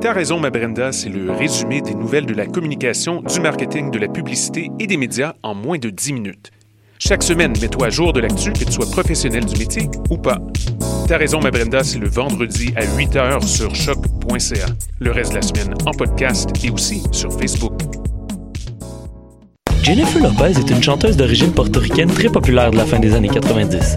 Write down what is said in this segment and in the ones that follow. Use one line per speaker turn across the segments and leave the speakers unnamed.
T'as raison, ma Brenda, c'est le résumé des nouvelles de la communication, du marketing, de la publicité et des médias en moins de 10 minutes. Chaque semaine, mets-toi à jour de l'actu, que tu sois professionnel du métier ou pas. T'as raison, ma Brenda, c'est le vendredi à 8h sur choc.ca. Le reste de la semaine en podcast et aussi sur Facebook.
Jennifer Lopez est une chanteuse d'origine portoricaine très populaire de la fin des années 90.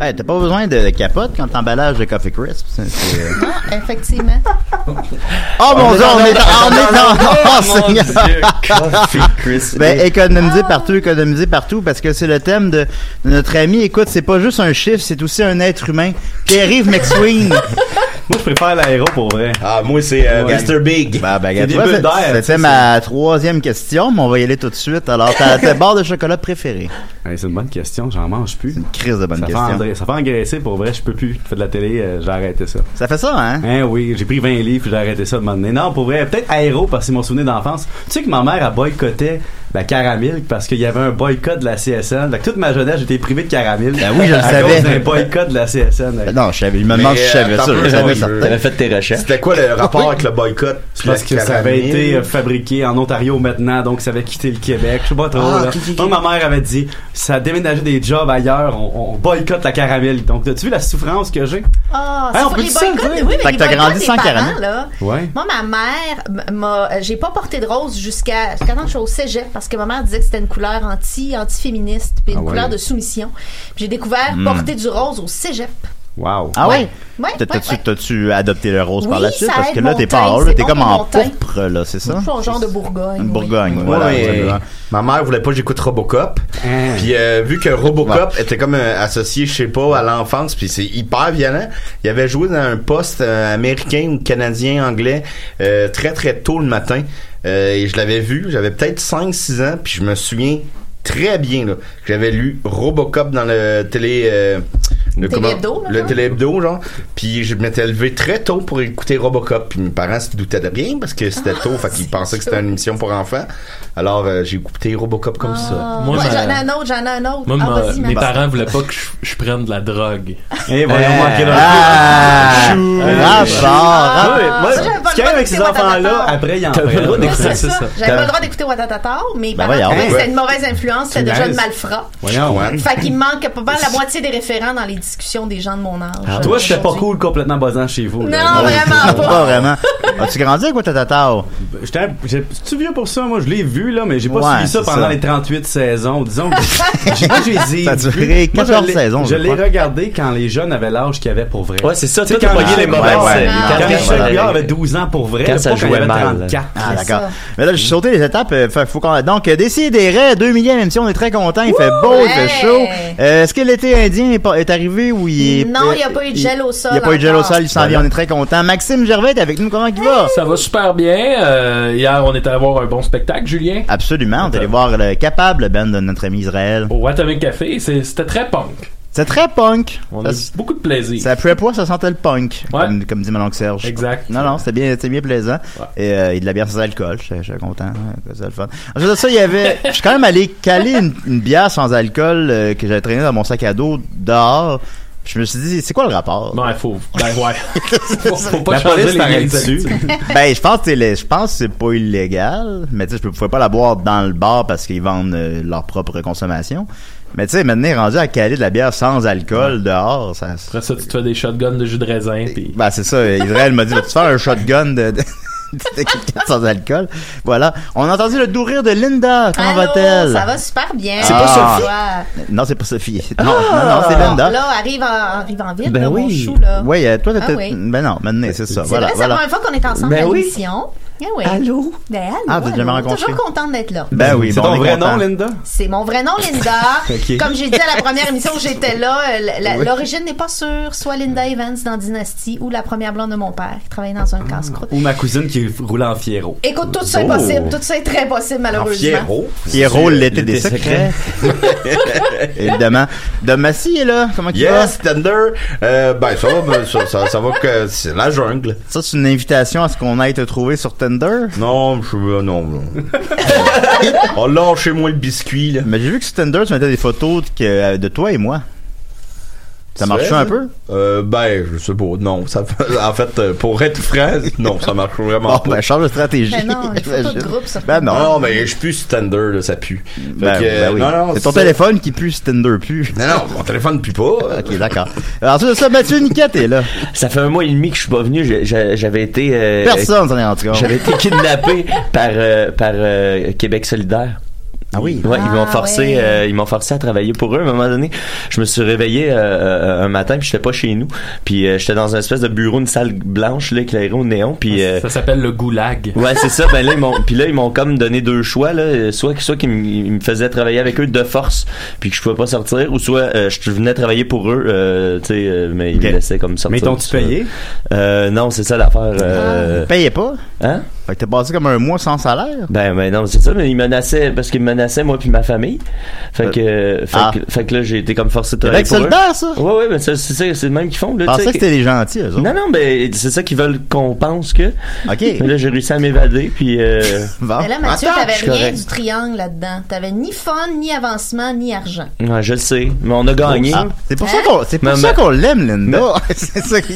Hey, t'as pas besoin de capote quand t'emballages de Coffee Crisp. c'est- c'est, euh,
Ah, effectivement.
Oh mon dieu, on est en
Oh, mon
on est en
Dieu, Coffee Crisp.
Ben, économiser partout, économiser partout, parce que c'est le thème de, de notre ami. Écoute, c'est pas juste un chiffre, c'est aussi un être humain. Pierre-Yves McSween.
Moi, je préfère l'aéro pour vrai.
Ah, moi, c'est euh,
Ouais. Bah,
Mr. Big.
Ben, ben,
C'est
regarde,
des
tu vois,
bulles
c'est-
d'air, tu sais,
c'était ma troisième question, mais on va y aller tout de suite. Alors, ta, ta barre de chocolat préférée?
Ouais, c'est une bonne question, j'en mange plus.
Crise de bonne
ça, fait
question.
engra- ça fait engraisser pour vrai, je peux plus. Je fais de la télé, euh, j'ai arrêté ça.
Ça fait ça, hein?
Hein, oui, j'ai pris 20 livres, puis j'ai arrêté ça de m'en donner. Non, pour vrai, peut-être aéro, parce que c'est mon souvenir d'enfance. Tu sais que ma mère a boycotté la caramilk parce qu'il y avait un boycott de la CSN. Fait que toute ma jeunesse, j'étais privé de caramilk.
Ben oui, je le
à
savais.
Cause d'un boycott de la CSN.
Ben non, je savais, il me demande si je
euh,
savais ça. Je savais ça.
T'avais fait tes recherches. C'était quoi le rapport avec le boycott?
Je pense que ça avait été euh, fabriqué en Ontario maintenant, donc ça avait quitté le Québec. Je sais pas trop.
Ah,
là.
ok, ok, ok.
Donc, ma mère avait dit, ça a déménagé des jobs ailleurs, on, on boycotte la caramel. Donc, as-tu vu la souffrance que j'ai?
Ah,
Hey,
ça,
on peut
les
dire ça,
boycotts,
oui.
oui, mais
Fait
les
que t'as
boycotts
grandi
des
sans
parents,
caramel.
là.
Ouais.
Moi, ma mère, m- m'a- euh, j'ai pas porté de rose jusqu'à jusqu'à quand je suis au cégep parce que ma mère disait que c'était une couleur anti, anti-féministe, puis une
Ah ouais.
couleur de soumission. Puis J'ai découvert
Hmm.
porter du rose au cégep.
Wow.
Ah oui?
Ouais,
T'as-
ouais,
T'as-tu
ouais.
t'as-tu adopté le rose
Oui,
par la suite?
ça
Parce que
aide
là,
mon
t'es pas
teint,
en or, là,
c'est
t'es
bon
comme
pour
en
mon teint.
pourpre, là, c'est ça?
Je suis un genre de Bourgogne.
Une
oui.
Bourgogne,
Ouais,
voilà.
mais
exactement.
ma mère voulait pas que j'écoute Robocop.
Hein.
Puis euh, vu que Robocop était comme euh, associé, je sais pas, à l'enfance, puis c'est hyper violent, il avait joué dans un poste euh, américain ou canadien, anglais, euh, très très tôt le matin. Euh, et je l'avais vu, j'avais peut-être 5-6 ans, puis je me souviens très bien là, que j'avais lu Robocop dans le télé... euh, le
téléhebdo, là,
le
genre?
téléhebdo, genre. Puis je m'étais levé très tôt pour écouter Robocop. Puis mes parents se doutaient de rien parce que c'était tôt, fait qu'ils pensaient que c'était une émission pour enfants. Alors euh, j'ai écouté Robocop comme ça.
Moi,
Ouais,
ma-
j'en ai un autre, j'en ai un autre.
Moi,
ah,
ma-
vas-y,
mes
Max.
parents voulaient pas que je, je prenne de la drogue. Euh,
Et voyons
Eh,
manquer leur
ah,
Euh, Chou.
Euh,
Rapport.
Ah, ouais, moi,
ça, j'avais pas
ce qui
le droit
arrive avec ces
d'écouter
enfants-là,
Watatata.
après, ils en
T'as pas le
prennent.
droit
Ouais,
d'écouter
c'est
ça.
ça. J'avais pas le droit d'écouter Watatata, mais
Ben
par parents
voyons,
trouvaient que
ouais.
c'était une mauvaise influence, c'était
Tu
déjà de
niaises.
malfrat.
Voyons, ouais.
Fait qu'il me manque pas mal la moitié des référents dans les discussions des gens de mon âge. euh,
Ah, Toi, je suis pas
aujourd'hui.
cool complètement basant chez vous. là.
Non, vraiment pas.
Pas vraiment. As-tu grandi avec Watatata?
J'étais un- j'ai- C'est-tu vieux pour ça? Moi, je l'ai vu, là, mais j'ai pas
Ouais,
suivi ça
c'est
pendant
ça.
les 38 saisons. Disons que j'ai- moi, j'ai dit.
Ça a duré
Moi, je
14
l'ai-
saisons,
Je
je
l'ai
crois.
regardé quand les jeunes avaient l'âge qu'ils avaient pour vrai.
Ouais, c'est ça.
Tu
Toi,
sais,
t'as
quand-
pogné les
ouais,
mauvaises.
ouais.
séries.
Quand
Ah,
les
Michel
jeunes-
Couillard avait 12 ans pour vrai,
Quand
là,
ça
pas il
jouait
avait
mal.
34.
Ah,
C'est
d'accord.
ça.
Mais là, j'ai sauté les étapes. euh, fait- faut qu'on... Donc, euh, Décidérez, 2 millième émission, on est très content. Il fait beau, il fait
Ouais.
chaud. Euh, est-ce que l'été indien est, pas- est arrivé ou il est. euh,
Non, il y a pas eu de gel au sol
Il n'y a pas eu de gel au
encore.
sol, il s'en vient, on est très content. Maxime Gervais est avec nous, comment il va?
Ça va super bien. Euh, hier, on était à voir un bon spectacle, Julien.
Absolument, on est allé voir le capable, Ben, de notre ami Israël.
Au Atomic Café, c'est- c'était très punk.
C'est très punk.
On a
Ça,
eu beaucoup de plaisir.
ça puait pas, ça sentait le punk,
Ouais.
comme, comme dit mon oncle Serge.
Exact.
Non, non, c'était bien, c'était bien plaisant.
Ouais.
Et, euh, et de la bière sans alcool, j'étais j'étais content. hein, C'était le fun. Ensuite de ça, il y avait. Je suis quand même allé caler une, une bière sans alcool euh, que j'avais traînée dans mon sac à dos dehors. Je me suis dit, c'est quoi le rapport?
Non, il faut. Ben ouais. faut, faut pas
La
changer
police
les
t'arrête
règles
dessus.
Ben, je pense que c'est le- je pense que c'est pas illégal, mais tu sais, je peux- pouvais pas la boire dans le bar parce qu'ils vendent euh, leur propre consommation. Mais tu sais, maintenant, rendu à caler de la bière sans alcool dehors, ça.
Après ça, tu te fais des shotguns de jus de raisin. Puis...
Ben, c'est ça. Israël m'a dit, vas-tu faire un shotgun de, de, de Kit Kat sans alcool? Voilà. On a entendu le doux rire de Linda. Comment
Allô,
va-t-elle?
Ça va super bien.
C'est pas
Ah.
Sophie?
Ouais.
Non, c'est pas Sophie.
Ah!
Non, non, non, c'est
Bon,
Linda.
Là, arrive en, arrive en vite,
ben
là, mon
oui.
chou, là.
Oui, euh, toi, t'étais.
Ah oui.
Ben non, maintenant, c'est
C'est
ça. Voilà,
vrai, c'est
voilà.
la première fois qu'on est ensemble
Ben
à
oui.
l'émission. Eh oui.
Allô?
Ben, allô,
Ah, vous êtes jamais
allô.
rencontrés.
Toujours contente d'être là.
Ben oui,
C'est
bon,
ton
on est
vrai
content.
nom, Linda?
C'est mon vrai nom, Linda.
Ok.
Comme j'ai dit à la première émission où j'étais là, euh, la- la- l'origine n'est pas sûre. Soit Linda Evans dans Dynasty ou la première blonde de mon père qui travaillait dans un casse-croûte.
Ou ma cousine qui roule en fiero.
Écoute, tout ça est possible. Tout ça est très possible,
En
malheureusement.
Fiero.
Oh. Ah, Pierrot,
L'été
l'été des secrets. Évidemment. Domassy est là. Comment tu
Yes, Tender. Euh, ben ça va, ben, ça, ça, ça va que c'est la jungle.
Ça, c'est une invitation à ce qu'on aille te trouver sur Tinder.
Non, je euh, non. non. oh là, chez moi le biscuit là.
Mais j'ai vu que sur Tinder, tu mettais des photos de, que- euh, de toi et moi. Ça
C'est
marche
vrai,
un peu?
Euh, ben, je sais pas. Non, ça fait- en fait, euh, pour être franc, non, ça marche vraiment
Bon,
pas.
ben, change de stratégie.
Mais non, il faut pas de groupe sur
Ben non.
non, non, mais je suis plus sur Tinder, là, ça pue. Fait
Ben,
que,
ben oui.
non, non,
c'est ton
ça.
téléphone qui pue, c'est Tinder pue.
Non, non, mon téléphone ne pue pas.
ok, d'accord. Alors, ensuite de ça, Mathieu Niquette est là.
Ça fait un mois et demi que je suis pas venu. Je- je- J'avais été, euh,
Personne s'en est rendu compte.
j'avais été kidnappé par euh, par euh, Québec solidaire.
Ah oui.
Ouais, ils m'ont
Ah,
forcé,
ouais.
euh, ils m'ont forcé à travailler pour eux. À un moment donné, je me suis réveillé euh, euh, un matin, puis j'étais pas chez nous, puis euh, j'étais dans une espèce de bureau, une salle blanche, là, éclairée au néon, puis
Ah,
euh,
Ça s'appelle le goulag.
Ouais, c'est ça. Ben là, ils m'ont, puis là, ils m'ont comme donné deux choix là, Euh, soit soit qu'ils me- ils me faisaient travailler avec eux de force, puis que je pouvais pas sortir, ou soit euh, je venais travailler pour eux, euh, tu sais, euh, mais ils
Ok.
me laissaient comme sortir.
Mais t'ont-tu
tout seul.
payé?
Euh, non, c'est ça l'affaire. euh,
Payez Ah. pas.
Hein?
Fait que t'es passé comme un mois sans salaire.
Ben, ben non, c'est ça, mais ils menaçaient parce qu'ils me menaçaient moi puis ma famille. Fait que, euh, fait,
Ah.
que fait que là, j'ai été comme forcé de travailler pour
Québec
eux.
solidaire, ça.
Ouais, ouais, mais ça, c'est ça, c'est le même qu'ils font
Je
là. tu
pensais
sais,
que c'était des gentils, eux autres.
Non, non, ben c'est ça qu'ils veulent qu'on pense que.
Ok.
Mais là, j'ai réussi à m'évader puis. euh,
Bon.
Mais là, Mathieu,
Attends,
t'avais
je suis
rien
correct.
du triangle là-dedans. T'avais ni fun, ni avancement, ni argent.
Ouais, je le sais, mais on a gagné.
Ah, c'est pour ça
Hein?
qu'on, c'est pour
Mais-
ça
mais-
qu'on l'aime, Linda. c'est ça qui,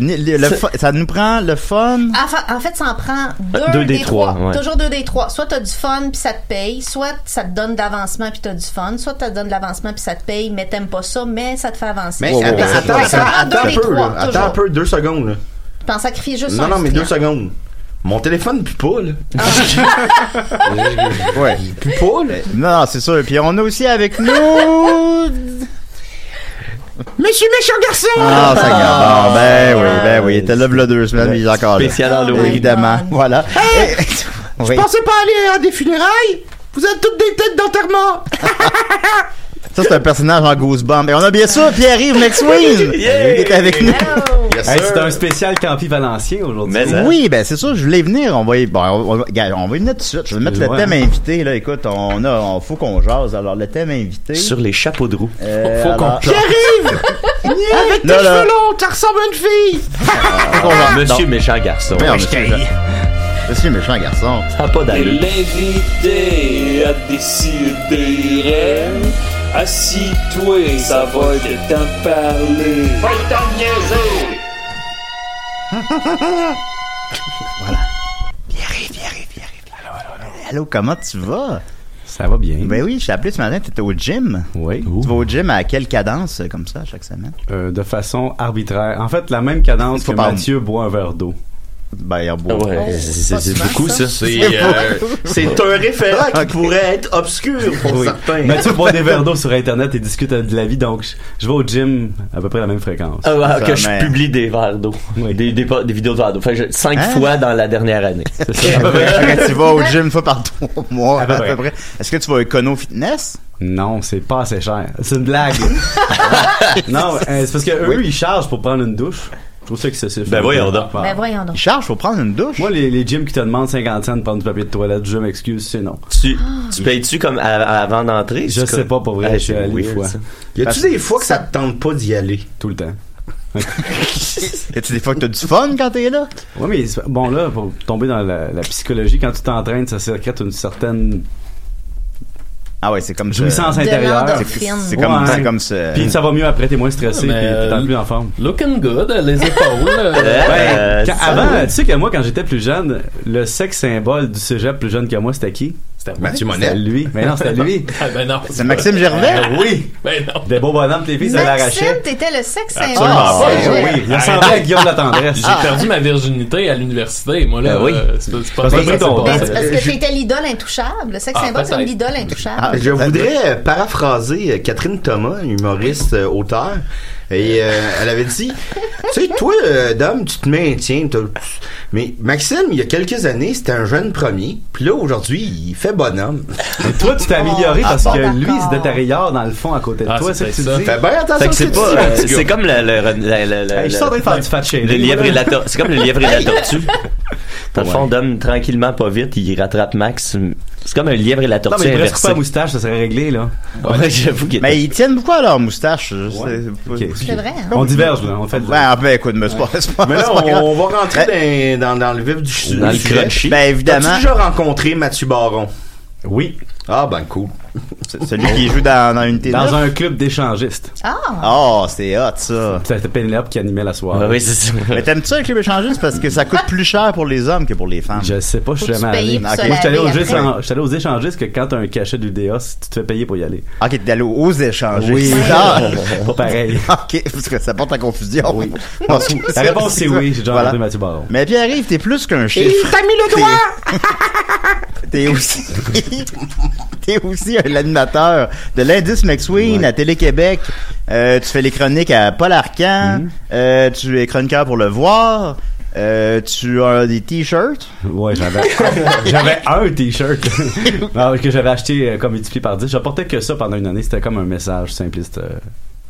ni- le- le fu- ça nous prend le fun.
Enfin, en fait, ça en prend deux,
deux
des,
des trois, ouais.
Toujours deux des trois. Soit t'as du fun puis ça te paye, soit ça te donne de l'avancement puis t'as du fun, soit t'as donne de l'avancement puis ça te paye, mais t'aimes pas ça, mais ça te fait avancer.
Mais
Wow, wow,
attends,
wow, wow.
attends,
Ouais,
attends,
ça prend
attends
deux
un
des
peu,
trois,
là. attends
toujours.
un peu, deux secondes. là.
Puis en sacrifier juste
Non,
un
non, mais
petit
deux
triangle.
secondes. Ah. Mon téléphone pue pas, là.
Ouais.
Il pue pas, là.
Non, non, c'est sûr. Puis on a aussi avec nous. Monsieur méchant garçon! Ah, ça garde. Bon, ben oui, ben oui. Il était là v'là deux semaines, mais il est encore là.
Spécial Halloween.
Évidemment.
Bon.
Voilà.
Ah,
Et- Oui.
pas aller à des funérailles? Vous êtes toutes des têtes d'enterrement!
Ça, c'est un personnage en Goosebumps. Et on a bien sûr Pierre-Yves McSween! Il est avec nous.
Oh.
Yes,
Hey,
sir.
c'est un spécial Campi Valencien aujourd'hui.
Mais, hein.
Oui, ben c'est sûr, je voulais venir. On va y, bon, on, va- regarde, on va y venir tout de suite. Je vais mettre le
Ouais.
thème invité. Là, écoute, on a, on faut qu'on jase. Alors, le thème invité.
Sur les chapeaux de roue.
euh,
Faut
alors-
qu'on.
Avec tes
Là, là.
cheveux longs, t'as ressemble à une fille!
Ah,
Monsieur méchant garçon.
Merde, monsieur, je- monsieur méchant garçon.
Ça pas d'allure.
L'invité à décider. Assis-toi, ça va être temps de parler. Va t'en niaiser!
Allô, comment tu vas? Ça va bien. Ben oui, je t'ai appelé ce matin, t'étais au gym. Oui. Tu vas au gym à quelle cadence euh, comme ça chaque semaine?
Euh, de façon arbitraire. En fait, la même cadence
Faut
que
pas-
Mathieu boit un verre d'eau.
Ben, il boit.
Ouais, c'est- c'est- c'est beaucoup, ça.
C'est euh, c'est un référent qui
Ok.
pourrait être obscur pour
Oui.
certains.
Mathieu boit des verres d'eau sur Internet et discute de la vie, donc je, je vais au gym à peu près à la même fréquence.
Ah, ouais, que je publie des verres d'eau. Des, des, po- des vidéos de verres d'eau. Fait que je- cinq
Hein?
fois dans la dernière année.
tu vas au gym une fois par trois mois, à peu près. Est-ce que tu vas au Econo Fitness?
Non, c'est pas assez cher. C'est une blague. non, euh, c'est parce que eux, ils chargent pour prendre une douche. Je trouve ça excessif.
Ben voyons donc.
Ben voyons donc.
Ils
chargent pour prendre une douche?
Moi, les, les gyms qui te demandent 50 cents de prendre du papier de toilette, je m'excuse, c'est non.
Tu, tu payes-tu comme à- à- avant d'entrer?
Je
C'est
sais
comme-
pas, pour vrai,
Ah,
je suis
c'est
allé une
weird,
fois.
ça.
Y a-tu des fois que ça te tente pas d'y aller?
Tout le temps.
Et tu des fois que t'as du fun quand t'es là?
Ouais, mais c'est- bon, là, pour tomber dans la, la psychologie, quand tu t'entraînes, ça sécrète une certaine.
Ah ouais, c'est comme
jouissance
De
intérieure.
l'endorphine.
C'est comme- c'est comme ça.
Puis ça va mieux après, t'es moins stressé,
Mais,
puis t'es
euh,
plus en forme.
Looking good, les épaules. euh,
Ouais, quand-
ça,
avant,
ouais.
tu sais que moi, quand j'étais plus jeune, le sexe symbole du cégep plus jeune que moi, c'était qui C'était
Mathieu
moi.
Monet.
C'était lui. Mais non, c'était lui.
Ah, ben non.
C'est Maxime
Gervais?
oui.
Ben non.
Des beaux bonhommes, les filles, ça l'arrachait.
Maxime, t'étais le sexe symbole.
Absolument pas.
c'est vrai.
Oui, il ressemblait à Guillaume de la Tendresse.
J'ai perdu ma virginité à l'université, moi, là.
Ben oui.
euh, c'est pas- c'est pas
Parce que
c'est pas-
pris ton
c'est
Mais
pas-
c'est parce que t'étais l'idole intouchable. Le sexe
Ah,
symbole, c'est une
peut-être.
idole intouchable.
Ah, je voudrais euh, paraphraser euh, Catherine Thomas, une humoriste euh, auteur. Et euh, elle avait dit, tu sais, toi, euh, d'homme, tu te maintiens. t'as- Mais Maxime, il y a quelques années, c'était un jeune premier. Puis là, aujourd'hui, il fait bonhomme.
Et toi, tu t'es amélioré
Ah,
parce
bon,
que
d'accord.
lui, c'était ta rayard dans le fond à côté de
Ah,
toi.
c'est
C'est ce que
ça.
tu dis.
Fais bien
attention
Fait que c'est pas. euh,
Let's go.
c'est comme le. le, le- le- le-
Hey, je suis en train de faire du fat
le
shaming.
lièvre et la tor- C'est comme le lièvre et la
Hey.
tortue. Dans le fond,
Ouais.
Dom, tranquillement, pas vite, il rattrape Max. C'est comme un lièvre et la
Non,
tortue
mais il reste
inversée.
pas à moustache, ça serait réglé, là.
Ouais, j'avoue qu'il
Mais Ben, ils tiennent beaucoup à leur moustache. je sais pas.
C'est vrai, hein?
On diverge, là. On fait
Ouais, ah, ben écoute, mais c'est pas, c'est pas-
Mais
c'est
là,
pas grave. Ben,
on, on va rentrer
Ben,
dans, dans, dans le vif du su-
Dans le
sujet.
crunchy. Ben, évidemment.
As-tu déjà rencontré Mathieu Baron?
Oui.
Ah, ben cool.
Celui qui joue dans, dans Unité
Dans
9.
un club d'échangistes.
Ah!
Oh, c'est hot, ça.
C'était Pénélope qui animait la soirée.
Ah oui, c'est ça.
Mais t'aimes-tu ça avec les échangistes parce que ça coûte plus cher pour les hommes que pour les femmes?
Je sais pas, je suis
Faut-tu
jamais
payer
allé.
pour se
Moi, je suis allé
laver
aux
après?
échanges- je suis allé aux échangistes que quand t'as un cachet du DA, si tu te fais payer pour y aller.
Ok, t'es allé aux échanges.
Oui.
Ah,
Pas pareil.
ok, parce que ça porte à confusion. Oui.
La réponse, c'est oui. J'ai déjà rencontré Mathieu Baron.
Mais Pierre-Yves, t'es plus qu'un chiffre.
mis le doigt!
T'es aussi. T'es aussi un animateur de l'indice McSween à Télé-Québec. Euh, tu fais les chroniques à Paul Arcan.
Mhm.
Euh, tu es chroniqueur pour le voir. Euh, tu as des t-shirts.
Ouais, j'avais, j'avais un t-shirt Non, que j'avais acheté euh, comme multiplié par 10. Je portais que ça pendant une année. C'était comme un message simpliste euh,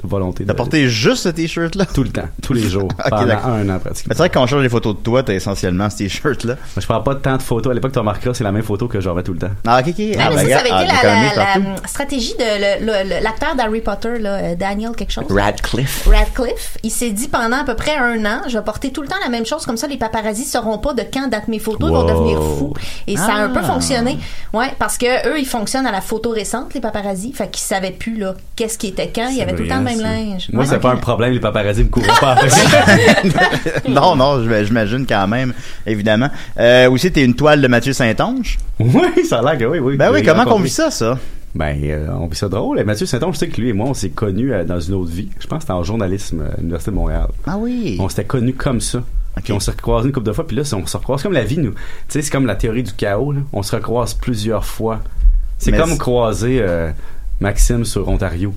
de volonté.
T'as
de-
porté juste ce t-shirt-là?
Tout le temps, tous les jours,
Ok,
pendant
d'accord.
un an pratiquement.
Mais c'est vrai que quand on change les photos de toi, t'as essentiellement ce t-shirt-là.
Moi, je prends pas tant de photos. À l'époque, tu remarqueras, c'est la même photo que je remets tout le temps.
Ah, ok, ok.
Ah, mais
ben,
ça, ça
regarde,
avait
ah,
été
des
la-
conneries
la,
partout.
la stratégie de le- le- le- l'acteur d'Harry Potter, là, euh, Daniel quelque chose.
Radcliffe.
Radcliffe, il s'est dit pendant à peu près un an, je vais porter tout le temps la même chose, comme ça les paparazzis sauront pas de quand datent mes photos, ils vont
Wow.
devenir fous. Et ça a un peu
Ah.
fonctionné. Ouais, parce que eux, ils fonctionnent à la photo récente, les paparazzis. Fait qu'ils savaient plus, là, qu'est-ce qui était quand, il y avait tout le temps le même linge.
Moi,
Ouais,
c'est
ok.
pas un problème. Les paparazzis me courent pas. après.
non, non, j'im- j'imagine quand même, évidemment. Euh, aussi, t'es une toile de Mathieu Saint-Onge.
oui, ça a l'air que oui, oui.
Ben oui,
J'ai
comment
rencontré.
qu'on vit ça, ça?
Ben, euh, on vit ça drôle. Et Mathieu Saint-Onge, je sais que lui et moi, on s'est connus euh, dans une autre vie. Je pense que c'était en journalisme euh, à l'Université de Montréal.
Ah oui.
On s'était connus comme ça. Puis on se recroise une couple de fois, puis là, on se recroise comme la vie, nous. Tu sais, c'est comme la théorie du chaos, là. On se recroise plusieurs fois. C'est
Mais
comme
c'est-
croiser euh, Maxime sur Ontario.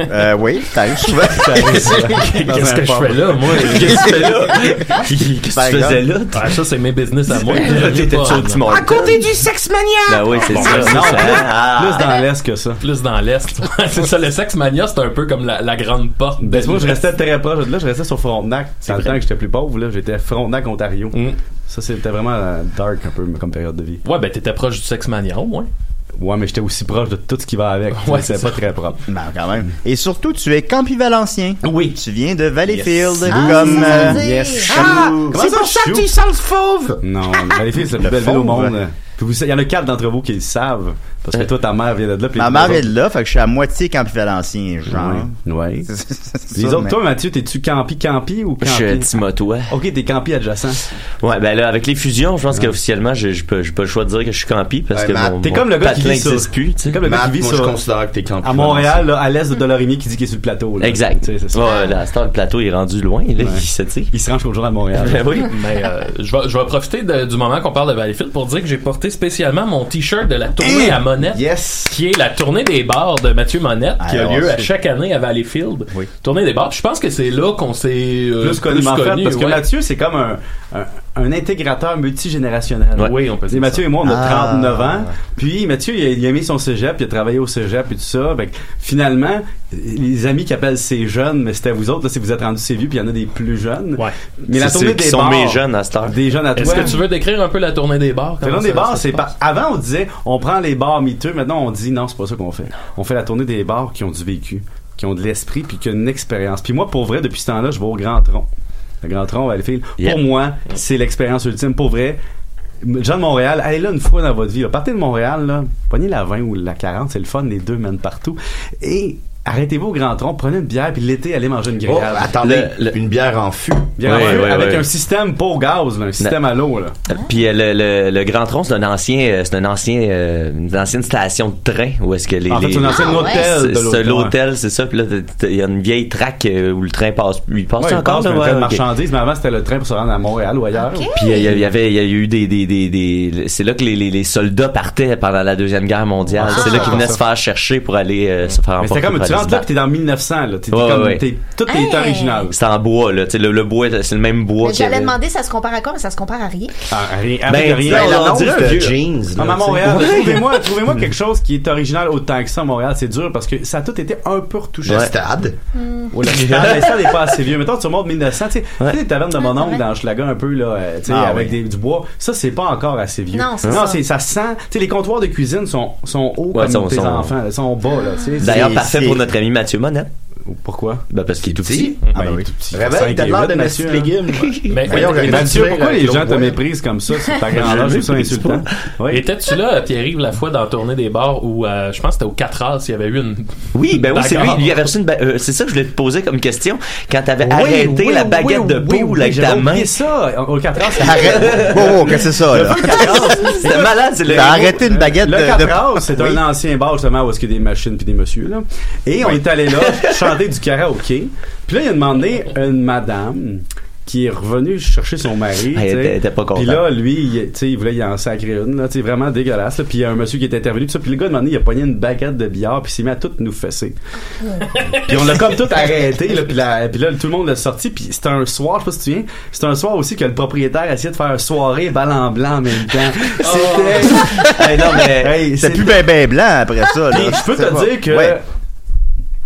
Euh, oui, t'arrives souvent.
Qu'est-ce que je fais là, moi?
Qu'est-ce que tu fais là?
Ben,
Qu'est-ce que tu faisais là?
Ah, ça, c'est mes business à moi.
T'étais sur du monde.
côté du sexe
Ah,
Ben oui, c'est ça. c'est
Non,
ça.
plus,
Ah.
plus dans l'Est que ça.
Plus dans l'Est. c'est ça, le sexe mania, c'est un peu comme la, la grande porte. de
Ben, moi, je
l'Ouest.
restais très proche de là, je restais sur Frontenac. C'est le
vrai.
temps que j'étais plus pauvre, là, j'étais Frontenac, Ontario.
Mm.
Ça, c'était vraiment euh, dark un peu comme période de vie.
Ouais, ben, t'étais proche du sexe mania, au moins.
Ouais, mais j'étais aussi proche de tout ce qui va avec.
Ouais,
c'est
c'est
pas très propre.
Ben, quand même. Et surtout, tu es campivalencien.
Oui.
Tu viens de Valleyfield
Yes.
Ah,
comme.
c'est ça,
euh,
c'est-
yes.
Ah,
comme-
c'est pour ça que tu sens le fauve!
Non, Valleyfield, c'est la
Le
plus belle ville au
fauve.
monde. Puis vous- Il y en a quatre d'entre vous qui le savent. Parce que
Euh,
toi, ta mère vient de là. puis
Ma
les
mère
autres-
est de là, fait que je suis à moitié campivalencien, genre.
Ouais.
C'est
Les
ça,
autres,
mais-
toi, Mathieu, t'es-tu campi-campi ou
Je suis
campi?
Timotois.
Ok, t'es campi adjacent.
Ouais, ben là, avec les fusions, je pense qu'officiellement, j'ai j'ai pas, j'ai pas le choix de dire que je suis campi parce
Ouais,
que
Matt,
mon,
t'es
mon
comme le gars qui
patelin
vit sur-
n'existe plus, tu sais.
Comme le gars qui vit sur- À Montréal, là, à l'est de Dolorimier, qui dit qu'il est sur le plateau. là.
Exact.
Tu sais, c'est ça.
Ouais, là, à ce temps, le plateau est rendu loin, là, il se tire.
Il se range toujours à Montréal.
Ben oui.
Mais euh, je, vais, je vais profiter de- du moment qu'on parle de Valleyfield pour dire que j'ai porté spécialement mon t-shirt de la
Eh,
tournée à Monette, qui est la tournée des bars de Mathieu Monette, qui
Ah,
a
Alors,
lieu à
c'est-
chaque année à Valleyfield. Tournée des bars. Je pense que c'est là qu'on s'est euh,
plus connu, mais en fait, parce que
ouais.
Mathieu, c'est comme un, un, un intégrateur multigénérationnel.
Oui, on peut
Et
dire
Mathieu
ça.
et moi, on a
Ah.
39 ans. Puis Mathieu, il a, il a mis son cégep, il a travaillé au cégep et tout ça. Fait que finalement, les amis qui appellent ces jeunes, mais c'était vous autres, là, si vous êtes rendus ces vieux, puis il y en a des plus jeunes. Mais la
C'est
tournée
ceux qui
des
sont
bars-
mes jeunes à cette heure.
Des jeunes à toi.
Est-ce que tu veux décrire un peu la tournée des bars?
La
Comment
tournée des
ça-
bars,
ça
c'est
se
pas. Avant, on disait, on prend les bars miteux. Maintenant, on dit, non, c'est pas ça qu'on fait. On fait la tournée des bars qui ont du vécu, qui ont de l'esprit, puis qui ont une expérience. Puis moi, pour vrai, depuis ce temps-là, je vais au Grand Tronc. Le Grand Tronc, Valleyfield. Pour moi, c'est l'expérience ultime. Pour vrai, les gens de Montréal, allez là une fois dans votre vie. là. Partez de Montréal, là, prenez la 20 ou la 40, c'est le fun, les deux mènent partout. Et arrêtez-vous au Grand Tronc, prenez une bière, puis l'été, allez manger une grillade.
Oh, attendez, une bière en fût.
Bière en
Ouais,
fût,
ouais,
avec
ouais.
un système pas au gaz, là, un système à l'eau. là.
Puis euh, le, le, le Grand Tronc, c'est un ancien, euh, c'est un ancien, euh, une ancienne station de train où est-ce que les,
En fait,
les-
c'est un ancien Ah, ouais. hôtel de
C'est- c'est
l'hôtel,
l'hôtel, c'est ça. Puis là, t'as- t'as- il y a une vieille traque euh, où le train passe. Il passe
Ouais, il
encore.
passe,
là,
mais le train de
ouais, ok.
marchandises, mais avant c'était le train pour se rendre à Montréal ou ailleurs.
Puis euh, il y avait- il y avait, il y a eu des, des, des, des- c'est là que les, les, les soldats partaient pendant la deuxième guerre mondiale.
Ah,
c'est là qu'ils venaient
ça.
se faire chercher pour aller euh, se faire
Mais c'était
emporter pour
comme tu
aller se
rentres là, puis t'es dans 1900 là, t'es t'es
Ouais,
comme
ouais.
t'es- tout est
Hey.
original.
C'est en bois, là. Tu sais, Le, le bois, c'est le même bois.
Mais
qu'il y
J'allais
avait.
demander, ça se compare à quoi, mais ça se compare à rien.
Ah, rien,
Ben,
avec rien.
ben, on dirait un vieux. là,
Ah, mais à
tu sais.
Montréal,
Ouais.
trouvez-moi, trouvez-moi quelque chose qui est original autant que ça à Montréal, c'est dur parce que ça a tout été un peu retouché.
Le stade.
Oh, le stade, mais ça n'est pas assez vieux. Mettons, tu remontes 1900, tu sais, tu sais, les tavernes de mon oncle dans Schlaga un peu, là, euh, tu sais,
Ah,
avec
oui.
des- du bois, ça, c'est pas encore assez vieux.
Non, c'est ça.
c'est- ça. sent, tu sais, les comptoirs de cuisine sont, sont hauts
Ouais,
comme
sont-
tes
sont-
enfants, là, sont bas, là, tu sais.
D'ailleurs,
C'est-
parfait
c'est-
pour notre ami Mathieu Monette.
Pourquoi?
Ben, parce qu'il est tout petit.
Ah, ben oui.
Réveille, t'as l'air de
ben
mes légumes.
Mais-
Voyons,
mais-
j'arrive à
Mathieu,
tirer
euh,
pourquoi
avec
les gens
l'autre
te
voix.
méprisent comme ça sur ta
Jamais
grandeur? Je trouve ça
pris,
insultant.
Étais-tu là, Pierre-Yves, la fois dans la tournée des bars où, euh, je pense que c'était aux 4 heures, il y avait eu une.
Oui, ben oui, c'est lui.
Bagarre.
Il avait reçu une. ba- euh, c'est ça que je voulais te poser comme question. Quand t'avais
Oui,
arrêté
oui,
Ben, la baguette
oui,
de
oui,
poule
oui,
avec ta
j'avais
main.
oublié ça, au 4 ans,
Arrête. Wow, wow, qu'est-ce que c'est ça, là?
C'était malade, c'est le.
T'as arrêté une baguette
Le
de-
4
de-
heures, c'est
Oui.
un ancien bar justement où est-ce qu'il y a des machines puis des messieurs là. Et on
Oui.
est allé là chanter du karaoké. Puis là il a demandé une madame qui est revenue chercher son mari.
Elle
tu sais.
était- était pas contente.
Puis là lui il, tu sais, il voulait y en sacrer une là, tu sais, vraiment dégueulasse. là. Puis il y a un monsieur qui est intervenu puis ça. Puis le gars demandé il a pogné une baguette de billard puis il s'est mis à tout nous fesser. Puis on l'a comme tout arrêté, là, puis, la- puis là, tout le monde l'a sorti, puis c'était un soir, je sais pas si tu te souviens, c'était un soir aussi que le propriétaire essayait de faire une soirée balle en blanc en même temps.
Oh.
C'était... Hey, non, mais... hey,
C'est
c'est-
plus ben ben blanc après ça, là.
Puis je peux
C'est
te
pas-
dire que...
Ouais.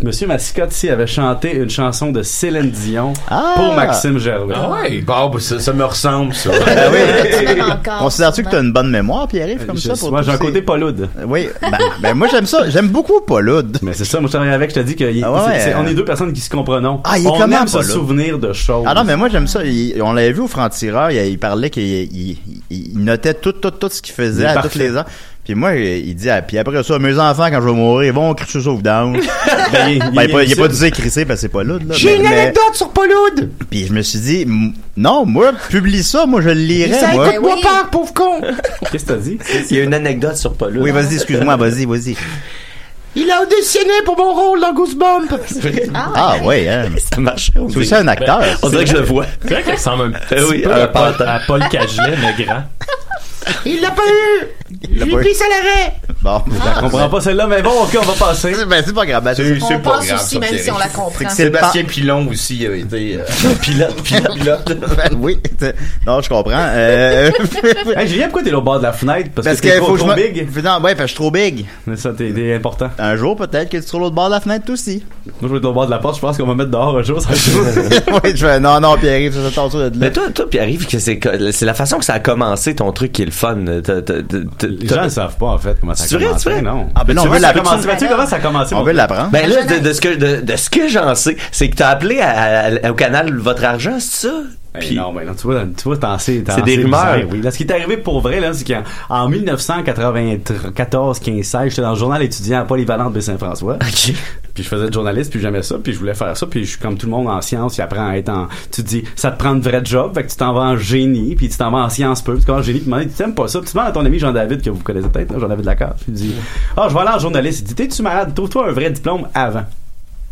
Monsieur Mascotte ici avait chanté une chanson de Céline Dion
Ah!
pour Maxime Gervais.
Ah ouais. Bah, bah, ça, ça me ressemble, ça.
Ben
Même
oui.
encore.
Considères-tu que t'as une bonne mémoire, Pierre-Yves, comme
Je-
ça? pour
moi,
tous
j'ai un
ces-
côté Pauloude.
Oui, ben, ben moi j'aime ça, j'aime beaucoup Pauloude.
Mais c'est ça, moi je travaille avec, je te dis que y-
Ah ouais,
c'est- c'est-
euh,
on est deux personnes qui se comprenons.
Ah, il est
on
comment,
aime se
Paul, là?
souvenir de choses.
Ah non, mais moi j'aime ça. Il- on l'avait vu au franc-tireur, il, il parlait qu'il il, il- il notait tout, tout, tout ce qu'il
Il
faisait
est
à tous
parfait.
les ans. Puis moi, il il dit, ah, puis après ça, mes enfants, quand je vais mourir, ils vont crier sur vidange.
Ben, il-
ben, il
il-
a pas- il a pas
il-
dû dire crisser parce que c'est pas là. là
J'ai
mais-
une
mais-
anecdote sur Pauloud!
Puis je me suis dit, m- non, moi, publie ça, moi je le lirai.
Ça
Moi.
écoute-moi
Eh oui.
pas, pauvre con!
Qu'est-ce que t'as dit?
Il y a une anecdote sur Paul.
Oui, vas-y, excuse-moi, vas-y, vas-y.
Il a auditionné pour mon rôle dans Goosebump!
Ah ouais, hein.
Ça marchait. on dirait.
C'est
Ben,
aussi un acteur.
On dirait que je le vois.
C'est vrai qu'elle ressemble un petit
Eh oui,
peu
un
à Paul,
pantin.
à Paul Cagelet, mais grand.
Il l'a pas eu!
l'a
Je
pas eu.
lui pisse à l'arrêt!
Bon,
Je la comprends pas celle-là, mais bon, ok, on va passer.
ben, c'est pas grave. ben, c'est-
C'est c'est
On
pas
passe
grave,
aussi,
ça,
même
Pierre.
si on la comprend.
C'est le pan-
Sébastien Pilon aussi avait été euh,
Pilote, pilote.
pilote.
Ben oui, t'sais, non, je comprends. Euh,
Hey, Julien, pourquoi t'es là au bord de la fenêtre? Parce,
parce
que t'es
que
trop,
faut que je
trop
me...
big.
Non, ouais, parce que je suis trop big.
Mais ça, t'es, t'es important.
Un jour, peut-être que tu seras l'autre bord de la fenêtre, toi aussi.
Moi, je vais être au bord de la porte. Je pense qu'on va me mettre dehors un jour. ça va être-
oui, je fais, non, non, Pierre-Yves, ça, ça t'en sort de là.
Mais toi, toi, puis arrive que c'est, que- c'est la façon que ça a commencé ton truc qui est le le fun. Les
gens le savent pas, en fait, comment ça a
C'est vrai,
commencé,
c'est vrai?
non.
Ah, ben non,
Tu
on
veux
veut
ça
la-
a commencé-
tu-
ben, tu sais comment ça a commencé, mon-
Ben là, de, de ce que, de, de ce que j'en sais, c'est que t'as appelé à- à- au canal Votre Argent, c'est ça?
Ben non, ben non, tu vois, tu vois, t'en sais, t'en
C'est des
sais
rumeurs.
bizarre, oui. Là, ce qui est arrivé pour vrai, là, c'est qu'en en 1994, 15, 16, j'étais dans le journal étudiant à polyvalente de Saint-François. Puis je faisais de journaliste, puis j'aimais ça, puis je voulais faire ça, puis je suis comme tout le monde en sciences, tu apprends à être en, tu te dis, ça te prend de vrai job, fait que tu t'en vas en génie, puis tu t'en vas en sciences peu, tu t'en vas en génie, puis maintenant, tu t'aimes pas ça, puis tu demandes à ton ami Jean-David, que vous connaissez peut-être, là, Jean-David Lacasse, puis il dit, ah, je vais aller en journaliste, il dit, t'es-tu malade, trouve-toi un vrai diplôme avant.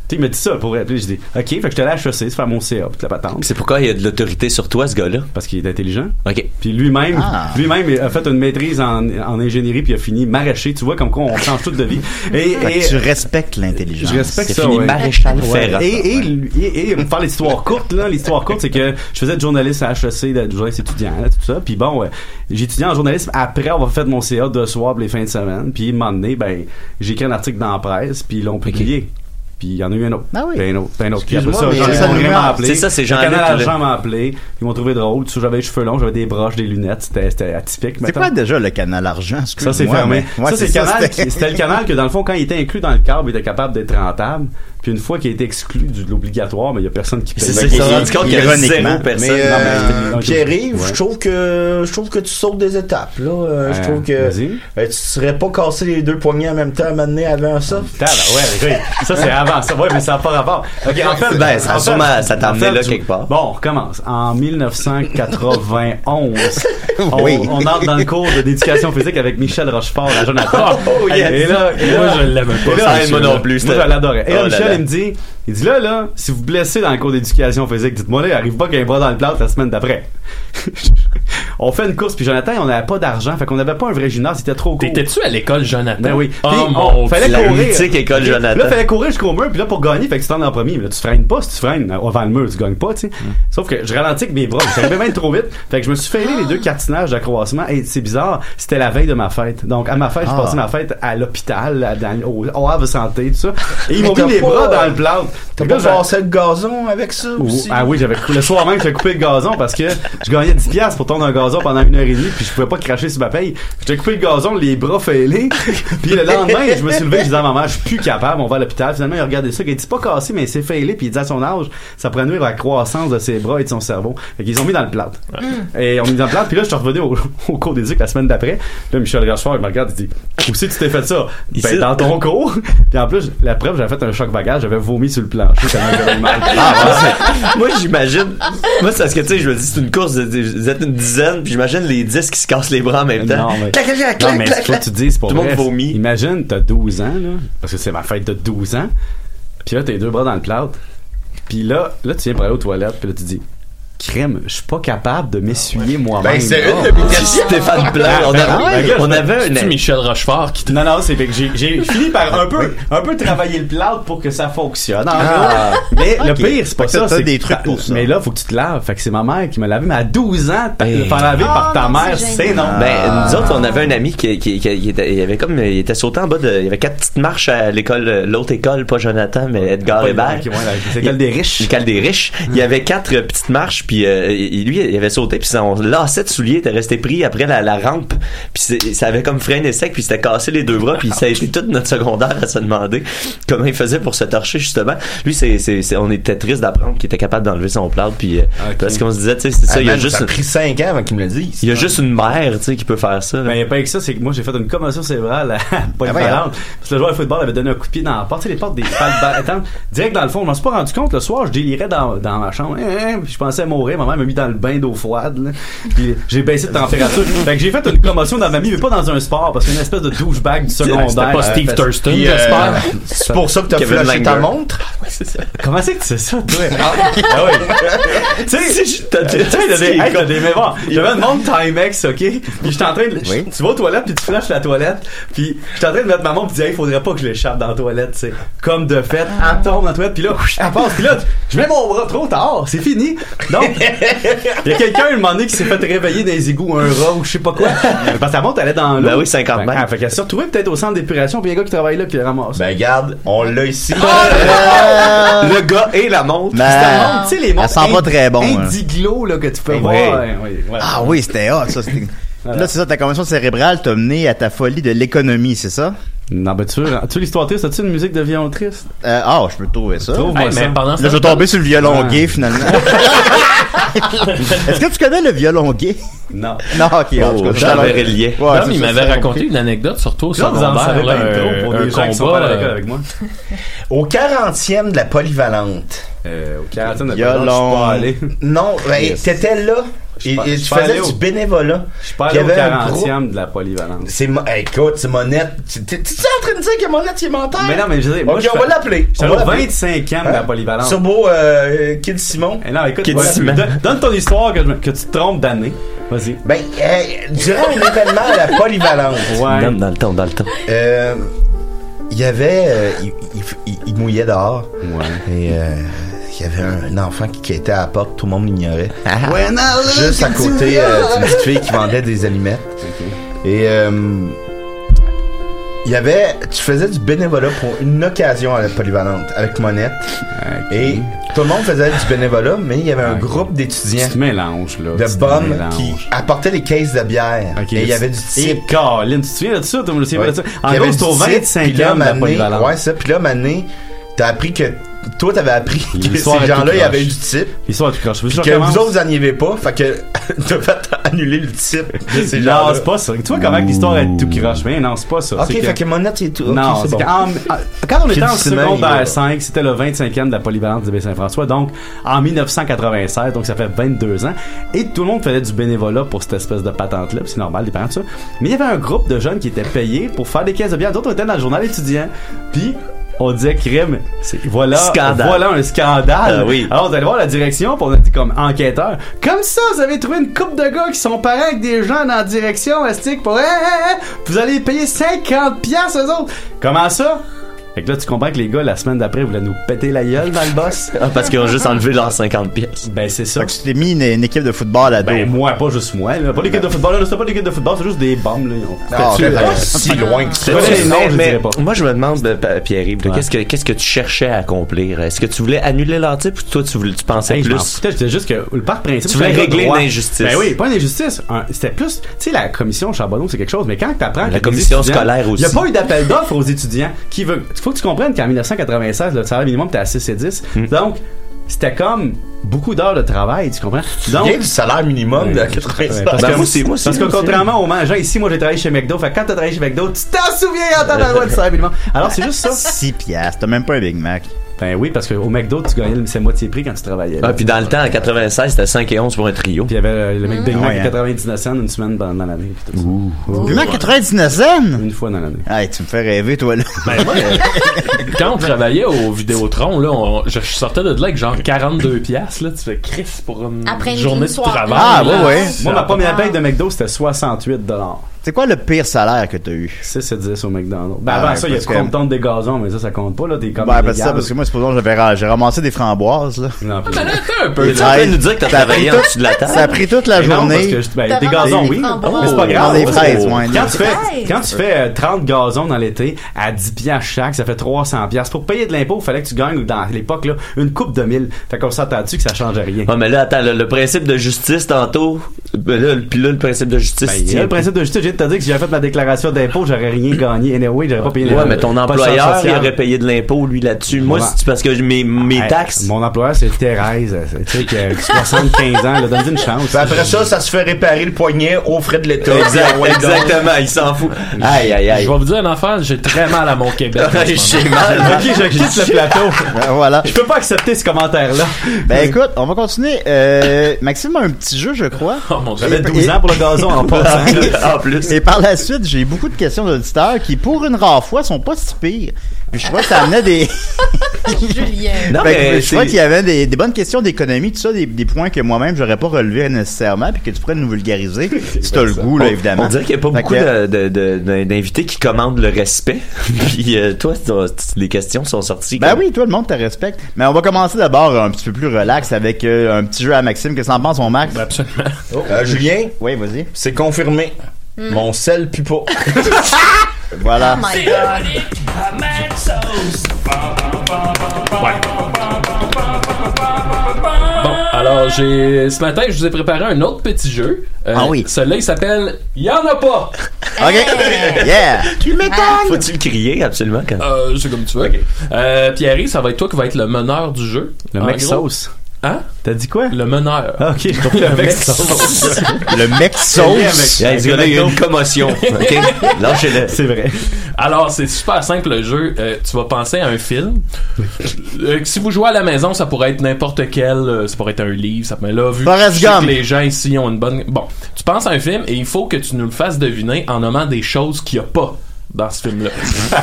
Tu sais, il m'a dit ça pour elle. Puis je dis, OK, fait que je te lâche HEC, c'est faire mon CA, puis toute la patente.
C'est pourquoi il y a de l'autorité sur toi, ce gars-là?
Parce qu'il est intelligent.
OK.
Puis lui-même,
Ah.
lui-même a fait une maîtrise en, en ingénierie, puis il a fini maraîcher. Tu vois, comme quoi on change toute de vie. Et,
Fait
et-
que tu respectes l'intelligence.
je respecte
C'est
ça.
fini,
ouais.
maréchal
Ouais.
Ferrand.
Et, et, lui- et, et pour faire l'histoire courte, là, l'histoire courte, c'est que je faisais de journaliste à HEC, de journaliste étudiant, là, tout ça. Puis bon, euh, j'ai étudié en journalisme après avoir fait mon CA de soir pour les fins de semaine. Puis un moment donné, ben, j'ai écrit un article dans la presse, puis ils l'ont publié. Puis il y en a eu un autre.
Ah oui.
Puis un autre. Puis un autre. Puis après
Excuse-moi,
ça,
mais
j'en ai
ça nous
vraiment
marque.
appelé.
C'est ça, c'est
Le
Jean-Luc
canal
le-
Argent m'a appelé. Ils m'ont trouvé drôle. Tu sais, J'avais les cheveux longs, j'avais des broches, des lunettes. C'était c'était atypique.
C'est
mettons.
quoi déjà le canal argent?
Ça, c'est
Excuse-moi,
fermé.
mais- Ouais,
ça, c'est le canal.
c'était-
qui- C'était le canal que, dans le fond, quand il était inclus dans le câble, il était capable d'être rentable. Puis une fois qu'il a été exclu du- de l'obligatoire, mais il n'y a personne qui
C'est ça, il s'est rendu compte qu'il y avait zéro personne.
Mais, euh,
Non, mais-
Pierre-Yves,
Ouais.
je trouve que je trouve que tu sautes des étapes. Là, Euh, je
Euh,
trouve que
vas-y.
euh, tu serais pas cassé les deux poignets en même temps à m'amener avant ça.
Tabarouette, Ah, ben ouais, ça c'est avant ça, ouais, mais ça n'a pas rapport. Ok, en fait,
Ben, ça a
en fait-
sûrement- ça t'a
en
amené
fait,
là
tu-
quelque part.
Bon, on recommence. En 1991, on,
Oui.
on entre dans le cours de- d'éducation physique avec Michel Rochefort à Jonathan.
Oh, yes.
et là, et là-
Moi, je l'aimais pas,
et là,
ça,
ah,
monsieur.
moi non plus.
Moi,
je l'adorais. Et là,
Oh là
Michel,
là.
il me dit, il dit là, là, si vous blessez dans le cours d'éducation physique, dites-moi là, il arrive pas qu'il y ait un bras dans le plat la semaine d'après. on fait une course, puis Jonathan, on n'avait pas d'argent, fait qu'on n'avait pas un vrai gymnase, c'était trop court.
T'étais-tu à l'école Jonathan?
Ben oui.
Oh
Puis,
mon
fallait
Dieu.
courir.
école
Ok.
Jonathan.
Là, fallait courir jusqu'au mur, puis là, pour gagner, fait que tu t'en en premier. Mais là, tu freines pas. Si tu freines euh, avant le mur, tu gagnes pas, tu sais.
Mm.
Sauf que je ralentis avec mes bras. J'arrivais bien trop vite. Fait que je me suis failé les deux cartinages d'accroissement. Et c'est bizarre, c'était la veille de ma fête. Donc, à ma fête, je
Ah.
passais ma fête à l'hôpital, à- dans- au au Havre Santé, tout ça. Et ils
Mais
m'ont
t'as
mis les
pas,
bras dans
euh,
le plâtre. Fait que
T'as pas
là, j'a-
passé le gazon avec ça
Ou-
aussi?
ah oui, j'avais cou- le soir même, j'avais coupé le gazon parce que je gagnais 10 piastres pour tourner un gazon pendant une heure et demie, puis je pouvais pas cracher sur ma paye. J'ai coupé le gazon, les bras fêlés. puis le lendemain, je me suis levé, je disais à maman, je suis plus capable, on va à l'hôpital. Finalement, il a regardé ça, il dit pas cassé, mais c'est fêlé, puis il dit à son âge, ça pourrait nuire à la croissance de ses bras et de son cerveau. Fait qu'ils ont mis dans le plâtre. Et on me dit dans le plan, puis là, je suis revenu au, au cours des la semaine d'après. Là, Michel Rochefort, il me regarde, il dit Où c'est que tu t'es fait ça
Ici.
Ben, dans ton cours. Puis en plus, la preuve, j'avais fait un choc bagage, j'avais vomi sur le plancher tellement que j'avais mal.
moi, j'imagine. Moi, c'est parce que, tu sais, je me dis, c'est une course, de- de- vous êtes une dizaine, puis j'imagine les dix qui se cassent les bras en même temps.
Non, mais,
Clac, clac, clac, clac,
non, mais
clac,
faut que
clac.
tu te dises pour
Tout le monde
vrai,
vomit.
Imagine, t'as 12 ans, là, parce que c'est ma fête de 12 ans, puis là, t'as les deux bras dans le plâtre, puis là, là, tu viens pour aller aux toilettes, puis là, tu dis. Crème, je suis pas capable de m'essuyer moi-même. Ah,
Ben, c'est une de mes questions. Stéphane Blanc, on avait- on avait un- C'est-tu Michel
Rochefort qui. Ah, ben, Non, non, c'est fait que j'ai- j'ai fini par un peu, un peu travailler le plâtre pour que ça fonctionne. en
Ah.
gros. Mais le
Ok.
pire, c'est pas
Fait que
ça.
t'as
c'est
des
que
trucs
t'as-
pour ça.
Mais là, faut que tu te laves. Fait que c'est ma mère qui me lavait, mais à 12 ans, t'as-
Ben.
te faire laver par ta mère, c'est Ah, non.
Eh. Ben, nous autres, on avait un ami qui, qui, qui- qui était, il avait comme, il était sauté en bas de, il y avait quatre petites marches à l'école, euh, l'autre école, pas Jonathan, mais Edgar
Pas
Hébert.
Hébert, qui- ouais, la- c'est l'école des riches.
L'école des riches. Il y avait quatre euh, petites marches, puis euh, il- lui, il avait sauté, puis son lacet de soulier était resté pris après la, la rampe, puis c'est- ça avait comme freiné sec, puis il s'était cassé les deux bras, puis ça a été toute notre secondaire à se demander comment il faisait pour se torcher, justement. Lui, c'est, c'est, c'est- on était triste d'apprendre qu'il était capable d'enlever son plâtre, puis euh,
Ah,
parce qu'on se disait, tu sais, c'est ça,
Ah,
il y a
man,
juste...
ça a pris 5 ans avant qu'il me le dise.
Il y a juste une mère, tu sais, qui peut faire ça.
Ben, y a pas que ça, c'est que moi, j'ai fait une commotion cérébrale à
Ah,
Polyvalente. Parce que le joueur de football avait donné un coup de pied dans la porte. Tu sais, les portes des salles de ba- attends, direct dans le fond. Je m'en suis pas rendu compte. Le soir, je délirais dans, dans ma chambre. Hein, hein, puis je pensais mourir. Ma mère m'a mis dans le bain d'eau froide, là. Puis j'ai baissé de température. fait que j'ai fait une commotion dans ma vie, mais pas dans un sport, parce qu'une espèce de douchebag du secondaire.
C'était pas Steve
Euh,
Thurston,
puis,
j'espère. euh, C'est pour ça que t'as
Kevin
flashé
Langer.
ta montre?
Comment c'est que c'est ça, toi? Ah oui. Tu sais, tu sais, t'as des, hey, t'as des mémoires. J'avais une montre Timex, ok? Puis j'étais en train de, tu vas aux toilettes puis tu flashes la toilette. Puis j'étais en train de mettre ma montre puis dire, hey, faudrait pas que je l'échappe dans la toilette, tu sais. Comme de fait, elle tombe dans la toilette puis là, elle passe puis là, je mets mon bras trop tard, c'est fini. Donc, il y a quelqu'un, un moment donné, qui s'est fait réveiller dans les égouts, un rat ou je sais pas quoi. Parce que la montre allait dans l'eau.
Ben oui, 50
mètres. Fait qu'elle s'est retrouvée peut-être au centre d'épuration puis il y a un gars qui travaille là puis il ramasse.
Ben, garde, on l'a ici.
le gars et la montre.
Ben,
C'était la montre, tu sais, les montres.
ça Ah! sent pas
ind-
très bon, hein.
Indiglo, là, que tu peux
Eh
voir. hein,
oui.
ouais, ouais, ouais.
Ah oui, c'était hot, ça. c'était- Là, c'est ça, ta convention cérébrale t'a mené à ta folie de l'économie, c'est ça?
Non, ben tu veux, tu veux l'histoire triste, as-tu une musique de violon triste?
Euh, ah, je peux trouver ça.
Trouve-moi Hey, ça. mais pendant ce
Là, je vais
temps-
tomber sur le violon
Ah.
gay, finalement. Est-ce que tu connais le violon gay?
Non.
Non, ok. en tout cas,
Oh,
je savais- Ouais,
Dom,
c'est
il
ça,
m'avait
c'est
raconté
compliqué.
une anecdote sur toi au
Là, vous en
secondaire.
savez
là,
bien
un-
trop pour
un
des gens qui sont
combat,
pas à l'école
euh,
avec moi. Au 40e de la polyvalente.
Euh, au 40e de la
Violon.
polyvalente, je suis pas allé.
Non, ben,
Yes.
t'étais là. Et,
pas-
et
je
tu
suis pas
faisais
allé
du
au-
bénévolat.
Je suis pas
Il y
allé au
avait un groupe-
40e de la polyvalence.
C'est mo- hey, écoute, c'est monette. Tu t'es- t'es-tu en train de dire que monette, il est menteur?
Mais non, mais je veux dire, moi,
Ok,
je
on
fais-
va l'appeler.
J'étais
On va
allé au
l'appeler.
25e de la polyvalence.
Turbo, euh, Kid Simon.
Eh non, écoute,
Kid
voilà,
Simon.
donne- donne ton histoire que, je me- que tu te trompes d'année. Vas-y.
Ben, hey,
euh,
durant un événement à la polyvalente.
Dame, dans le temps, dans le temps.
Euh, il y avait. euh, il, il- il- il mouillait dehors. Et euh, il y avait un, un enfant qui, qui était à la porte, tout le monde l'ignorait.
When I look
Ah. Juste à
into
côté
your
euh,
eyes.
d'une petite fille qui vendait des allumettes. Et. euh, il y avait, tu faisais du bénévolat pour une occasion à la polyvalente avec Monette. Et tout le monde faisait du bénévolat, mais il y avait un groupe d'étudiants
Tu te mélanges, là.
de
tu te
bombes
mélanges.
qui apportaient des caisses de bière.
Ok,
et il y
là,
avait du
tu-
type.
Et Caroline, tu te souviens de ça? toi, moi, je me souviens
Ouais.
de ça.
Il
En
y
gros,
avait
c'est au
du titre, puis
25e
là,
de la
mané-
polyvalence.
Ouais, ça. Puis là, Mané, t'as appris que. Toi, t'avais appris que
L'histoire
ces
est
gens-là,
tout
il y avait eu
croche.
du type.
L'histoire est tout croche. Veux que
Puis
je
que
recommence?
vous autres, vous en y avez pas. Fait que t'as fait annuler le type de ces
Non,
gens-là.
c'est pas ça. Tu vois comment que l'histoire est tout croche. Mais non, c'est pas ça.
Ok,
C'est
fait que Monette, il est tout. ok,
non,
c'est
c'est
bon.
qu'en- quand Ah, on était en
Difficilement, il est
secondaire
là.
5, c'était le 25e de la polyvalence du Baie-Saint-François, donc en 1996, donc ça fait 22 ans, et tout le monde faisait du bénévolat pour cette espèce de patente-là, puis c'est normal, les parents, tout ça. Mais il y avait un groupe de jeunes qui étaient payés pour faire des caisses de bière, d'autres étaient dans le journal étudiant, puis on disait crime, c'est- voilà,
Scandale.
voilà un scandale.
Ah oui.
Alors vous allez voir la direction, puis on a dit comme enquêteur, comme ça vous avez trouvé une coupe de gars qui sont parents avec des gens dans la direction estique pour, Hein, hein, hein, vous allez payer 50 pièces aux autres. Comment ça? Fait que là, tu comprends que les gars, la semaine d'après, voulaient nous péter la gueule dans le boss.
parce qu'ils ont juste enlevé leurs 50 pièces.
Ben, c'est ça.
Fait que tu t'es mis une, une équipe de football à dos.
Ben, moi, pas juste moi. là. Pas l'équipe de football, là, c'était pas l'équipe de football, c'est juste des bombes, là. Ils ont-
Ah,
C'était-tu-
ben, si loin que ça.
Je connais les noms, je
Mais-
dirais pas.
Moi, je me demande, euh, pa- Pierre-Yves, là, qu'est-ce que qu'est-ce que tu cherchais à accomplir? Est-ce que tu voulais annuler leur type ou toi, tu, voulais, tu pensais
Hey, je m'en
plus?
foutais, j'étais juste que le par principe.
Tu voulais
c'est un
régler
droit.
une injustice.
Ben oui, pas une injustice. un- C'était plus, tu sais, la commission Charbonneau, c'est quelque chose, mais quand t'apprends.
La
que les
commission
étudiants-
scolaire aussi.
Il n'y a pas eu d'appel d'offres aux étudiants qui veulent. Il faut que tu comprennes qu'en 1996, le salaire minimum, t'es à 6 et 10. Donc, c'était comme beaucoup d'heures de travail, tu comprends?
Il y a
Donc,
du salaire minimum de 96.
Ouais, parce que,
Ben, moi aussi, moi aussi,
parce que
moi aussi.
contrairement aux mangeants, ici, moi j'ai travaillé chez McDo. Fait que quand t'as travaillé chez McDo, tu t'en souviens en temps de du salaire minimum. Alors c'est juste ça.
6 piastres, t'as même pas un Big Mac.
Ben oui, parce qu'au McDo, tu gagnais le- c'est moitié prix quand tu travaillais. là.
Ah, puis dans le temps, en 96, c'était 5 et 11 pour un trio.
Puis il y avait euh, le mec Big Mac
Ouais, hein.
99 cents une semaine dans, dans l'année. puis tout ça.
Big Mac 99 cents?
Une fois dans l'année.
Hey, tu me fais rêver, toi, là.
Ben, moi, euh, quand on travaillait au Vidéotron, là, on- je sortais de là avec genre 42 piastres, là, tu fais Chris pour une
Après une
journée de
soirée.
travail.
Ah,
là.
ouais, ouais.
Moi, ma première
Ah.
paye de McDo, c'était 68
C'est quoi le pire salaire que t'as eu?
6 et 10 au McDonald's. Ben
Ah,
avant
ouais,
ça, il y a
parce
le
que-
compte des gazons, mais ça, ça compte pas, là. T'es comme.
Ben,
illégal.
parce que ça, parce que moi, supposons, j'avais ra- j'ai ramassé des framboises, là.
Ah,
Non, puis-
ben
Mais là, attends un peu,
Tu
là.
train de
Hey,
nous dire que t'as
ça a
travaillé
pris
en
tout-
dessous de la
Ça a
table?
pris toute la
Mais non, parce
journée.
que je- ben,
T'as
des
ramassé
gazons,
des
oui.
framboises.
Mais c'est pas
Dans
grave.
des
parce que-
fraises, ouais,
Quand
des
tu fais,
fraises.
quand tu fais euh, 30 gazons dans l'été à 10 piastres chaque, ça fait 300 piastres. Pour payer de l'impôt, il fallait que tu gagnes, dans l'époque, là, une coupe de 1000. Fait qu'on s'attendait que ça changeait rien.
Ah, mais là, attends, le, le principe de justice tantôt, ben là, le- puis là, le principe de justice,
Ben,
il
il y a le principe de justice, j'ai te dire que si j'avais fait ma déclaration d'impôt, j'aurais rien gagné. Anyway, j'aurais pas payé
Ouais,
l'impôt.
mais ton
Pas de
employeur,
charge
il
sociale.
aurait payé de l'impôt, lui, là-dessus. Moi,
Ouais.
c'est parce que mes, mes
Hey,
taxes.
Mon employeur, c'est Thérèse. euh, C'est- Tu sais, qui a 75 ans, là, donne-lui une chance.
Puis après ça, ça se fait réparer le poignet aux frais de l'État. Ah,
Exact,
Ouais, donc.
exactement, il s'en fout. Aïe, aïe, aïe.
Je vais vous dire une affaire, j'ai très mal à mon Québec. en ce moment.
J'ai mal.
ok, je quitte le plateau.
Ben, voilà.
Je peux pas accepter ce commentaire-là.
Ben, écoute, on va continuer. Euh, Maxime a un petit jeu, je crois. Ah,
Oh mon dieu.
J'avais 12 ans pour le gazon en passant.
En plus.
Et par la suite, j'ai beaucoup de questions d'auditeurs qui, pour une rare fois, sont pas si pires. Puis je crois que ça amenait des.
Julien.
Non,
Fait que
mais
Ben, je crois
c'est-
qu'il y avait des, des bonnes questions d'économie, tout ça, des, des points que moi-même j'aurais pas relevés nécessairement, puis que tu pourrais nous vulgariser si t'as le goût, là, évidemment.
On dirait qu'il n'y a pas
Fait
beaucoup
que-
de- de- de- d'invités qui commandent le respect. Puis euh, toi, t'as- t- les questions sont sorties.
Ben
comme-
oui, toi, le monde te respecte. Mais on va commencer d'abord un petit peu plus relax avec euh, un petit jeu à Maxime. Qu'est-ce que t'en penses, mon Max?
Ben,
Absolument.
Oh.
Euh, Julien,
Oui, vas-y.
c'est confirmé. Mon sel pue pas.
Voilà.
Oh my god.
Bon, Alors, j'ai ce matin, je vous ai préparé un autre petit jeu. Euh,
Ah oui.
Celui-là, il s'appelle Y'en a pas.
OK. Yeah.
Tu
Ah,
m'étonnes.
Faut-tu le crier absolument quand
Euh, c'est comme tu veux. Euh, Pierre, ça va être toi qui va être le meneur du jeu.
Le
En
mec
gros.
sauce.
Hein?
T'as dit quoi? Ah,
Le meneur.
ok, je
Le,
compris. Le
mec
mec
sauce.
sauce.
Le mec sauce.
Yeah, il dit, il y a une commotion. OK? Lâchez-le.
C'est vrai.
Alors, c'est super simple le jeu. Euh, tu vas penser à un film. Euh, si vous jouez à la maison, ça pourrait être n'importe quel. euh, ça pourrait être un livre. Ça, mais là, vu que,
Forrest
je sais que
Gump.
les gens ici ont une bonne. Bon, tu penses à un film et il faut que tu nous le fasses deviner en nommant des choses qu'il n'y a pas dans ce film-là.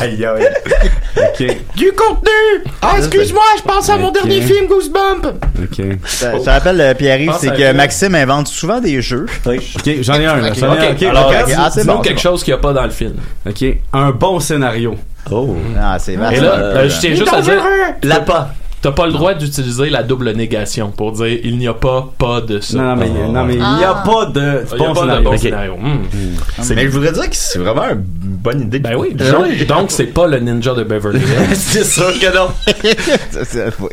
aïe, aïe. OK.
Du contenu! Ah, excuse-moi, je pense à mon dernier film, Goosebump!
OK.
Ça, ça appelle euh, Pierre-Yves,
Pense
c'est
à
que
Pierre.
Maxime invente souvent des jeux.
OK, j'en ai un. là.
Ok,
J'en ai un,
ok,
OK.
alors,
ok,
dis-
ah, c'est
dis-nous
bon, c'est
quelque
bon.
chose qu'il n'y a pas dans le film.
OK. Un bon scénario.
Oh.
Ah, c'est vaste.
Et là, euh, je tiens
Il est
juste à dire,
dangereux!
L'a pas.
t'as pas le droit d'utiliser la double négation pour dire il n'y a pas pas de ça.
Non, non, mais, non, mais il n'y a pas de
Il y a
bon
pas de
scénario.
bon scénario. Hmm.
Mais je voudrais dire que c'est vraiment une bonne idée.
Ben oui, donc, donc c'est pas le ninja de Beverly Hills.
C'est sûr que non.
Ça, ça, oui.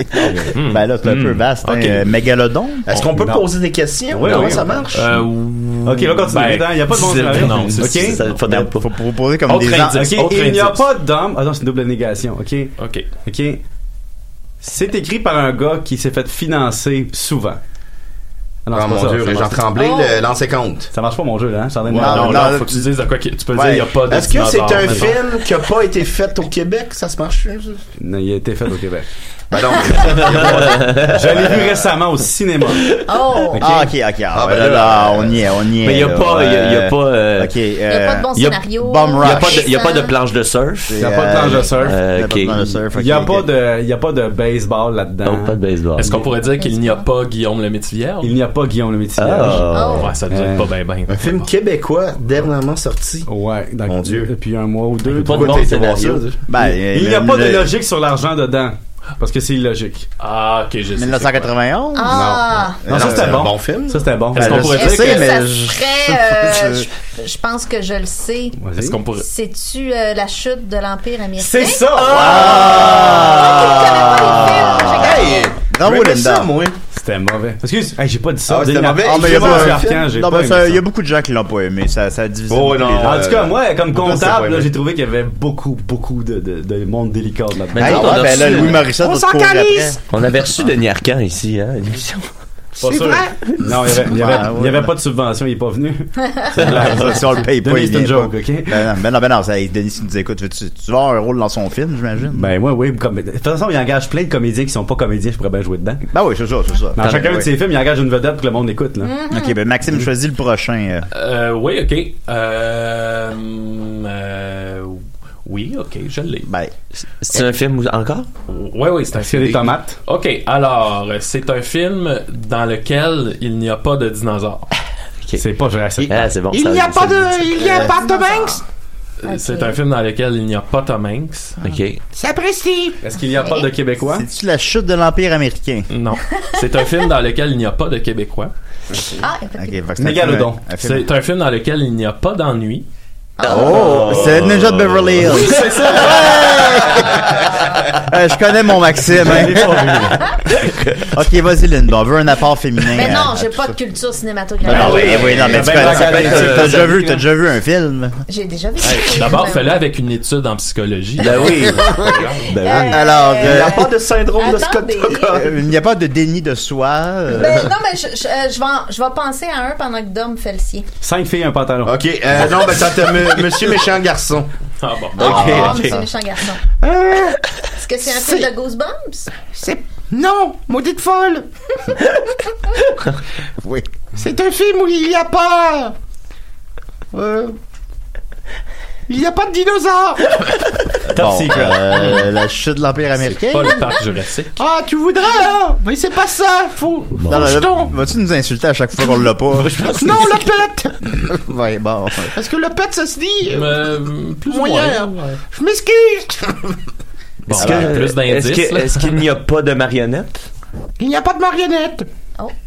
Ben là, c'est un peu vaste. hein. Euh, Mégalodon.
Est-ce qu'on peut
Non.
poser des questions?
Oui,
Comment
oui,
ça
oui.
marche?
Euh,
OK, là, continue.
Ben,
Attends, Il n'y a pas de bon
c'est-
scénario.
non, c'est-
OK.
Ça, faudrait
Ben,
pas.
Faut faut poser comme
Autre
des ans.
indice.
OK,
Autre
il n'y a
indice.
pas d'homme. Ah non, c'est une double négation. OK.
ok.
OK. C'est écrit par un gars qui s'est fait financer souvent. Ah non,
Ah
c'est pas
mon
ça,
dieu,
ça
Régent
marche pas.
Tremblay, le lancer compte.
Ça marche pas mon jeu là, hein? J'en ai
Ouais,
marre.
Non,
non,
là,
non,
faut que tu dises de quoi. que- Tu peux
Ouais.
dire il n'y a pas de
Est-ce que c'est
dinosaure,
un
mettons.
film qui a pas été fait au Québec? Ça se marche? ça?
Non, il a été fait au Québec.
Ben non.
Je l'ai vu récemment au cinéma.
Oh!
Ah, ok, ok. Ah,
Ah,
ben
ben
là,
là,
là, on y est, on y est.
Mais il n'y a
là,
pas. Il y a- il y a
euh,
pas. euh,
Ok. Il
Il n'y a pas de
y
bon
a-
scénario.
Bum
Il
rush.
n'y a pas de- il y a pas de
Euh,
planche de surf.
Il n'y a pas de planche de surf.
Euh,
Il n'y a pas de
ok.
surf.
Il n'y a
ok,
pas
ok.
de, il y a pas de baseball
Non,
là-dedans.
pas de baseball.
Est-ce qu'on pourrait dire qu'il n'y a pas Guillaume le Métivière?
Il n'y a pas Guillaume le métier.
Oh.
Ah.
Oh.
Oh,
Ouais, ça nous aide pas bien, bien.
Un film québécois dernièrement sorti.
Ouais, dans-
Mon Dieu.
Depuis un mois ou deux.
Pas de
Pourquoi
bon
t'as été voir
scénario.
ça?
Ben, euh,
Il n'y a
le-
pas de
le-
logique sur l'argent dedans. Parce que c'est illogique.
Ah, ok, je sais. Euh,
1991?
Ah!
Non, ça c'était
c'est un
bon.
bon film.
Ça c'était bon.
Est-ce qu'on
Ben,
pourrait
je
dire
Est-ce
sais,
que.
que
mais
ça
je-
se ferait... euh, je- Je pense que je le sais.
Vas-y.
Est-ce qu'on pourrait.
C'est-tu euh, la chute de l'Empire américain?
C'est ça!
Ah! Ok, je connais pas les films, j'ai gagné.
Bravo,
J'aimais
Linda.
ça, moi.
C'était mauvais. Excuse, hey, j'ai pas dit ça.
Ah, c'était
Denis
mauvais.
Arcand,
Ah, mais il y
j'ai
a pas
dit
un
Arcand,
film.
j'ai
Non,
pas
ben,
aimé
ça, il y
ça.
a beaucoup de gens qui l'ont pas aimé. Ça, ça divise.
Oh,
beaucoup
non.
les gens. euh,
En tout cas, moi, comme
Pourquoi c'est pas
comptable, là,
aimé?
j'ai trouvé qu'il y avait beaucoup, beaucoup de, de, de monde délicat là-dedans.
Mais
Ah,
nous autres, on
ouais,
a
ben
reçu-
là, Louis Morissette,
On
va te
s'en
courir
calisse.
après.
On avait reçu Denis Arcand ici, hein, à l'émission.
C'est vrai?
Non, il y avait, il y avait,
Ouais, Ah, ouais. Ah,
il y avait pas de subvention, il est pas venu.
Ça, Si on le paye pas,
Denis,
il
c'est une
vient pas.
joke, ok?
Ben non, ben non, ben non, ça, Denis, tu nous écoutes, veux-tu- tu vas avoir un rôle dans son film, j'imagine?
Ben, ouais, oui. Comme, de toute façon, il engage plein de comédiens qui sont pas comédiens, je pourrais bien jouer dedans.
Ben oui, c'est ça, c'est ça. Ben
Dans chacun de
oui.
ses films, il engage une vedette pour que le monde écoute, là.
Mm-hmm.
Mm-hmm.
Ok, ben Maxime choisit le prochain. euh.
Euh, oui, ok. Euh. euh, Oui, ok, je l'ai. Euh,
Ben,
C'est un film où- encore?
Hein? Ouais, oui, c'est un
C'est
film.
des tomates.
Ok, alors, euh, c'est un film dans lequel il n'y a pas de dinosaures.
C'est pas Jurassic
Ah, c'est bon.
Il
ça-
n'y a
ça-
pas de. Il y a pas de Banks?
Euh, C'est un film dans lequel il n'y a pas Tom Hanks.
OK.
Sapristi!
Est-ce qu'il y a pas de Québécois?
c'est-tu la chute de l'Empire américain?
Non. C'est un film dans lequel il n'y a pas de Québécois.
Ah, il y a pas de-
Ok, fait que c'est un
Mégalodon.
film- un film-
C'est un film dans lequel il n'y a pas d'ennui.
Oh, c'est Ninja de Beverly Hills. c'est ça. je connais mon Maxime. hein. ok, vas-y Linda, on veut un apport féminin.
Mais Ben non,
à-
j'ai
à
pas de
Ah, tout
culture
ça. Ben non,
cinématographique.
oui, oui, non, mais tu
Ben, ben,
connais-
ben,
t'as- T'as
ben,
déjà
ben,
vu,
ben,
t'as déjà vu un film.
J'ai déjà vu ça.
D'abord, fais-le avec une étude en psychologie.
Ben oui.
Euh.
ben oui.
Alors,
Il n'y
euh,
a pas de syndrome de Scott
Attendez.
Tucker.
euh, il n'y a pas de déni de soi. euh,
Ben, non, mais je, je, euh, je vais, en- je vais penser à un pendant que Dom fait le sien.
Cinq filles, un pantalon.
Ok, euh, non, ben ça t'a m- Monsieur Méchant Garçon.
Ah bon.
Oh,
Ok,
mais
ok.
c'est méchant garçon.
Euh,
Est-ce que c'est un film de Goosebumps?
C'est. Non! Maudite folle!
oui.
C'est un film où il n'y a pas. Euh, Il n'y a pas de dinosaures!
Bon, euh, la chute de l'Empire américain.
Pas le parc jurassique.
Ah, tu voudrais, hein? Mais c'est pas ça! Faut.
Non, non,
Jetons.
Vas-tu nous insulter à chaque fois qu'on l'a pas?
Non, le pet!
ouais, bon.
Parce que le pet, ça se dit. euh,
Euh, plus ou
Moyen.
moins. ouais.
Je m'excuse!
Bon,
Est-ce
alors, plus
que- est-ce
d'indices.
que-
là.
est-ce qu'il n'y a pas de marionnette?
Il n'y a pas de marionnette!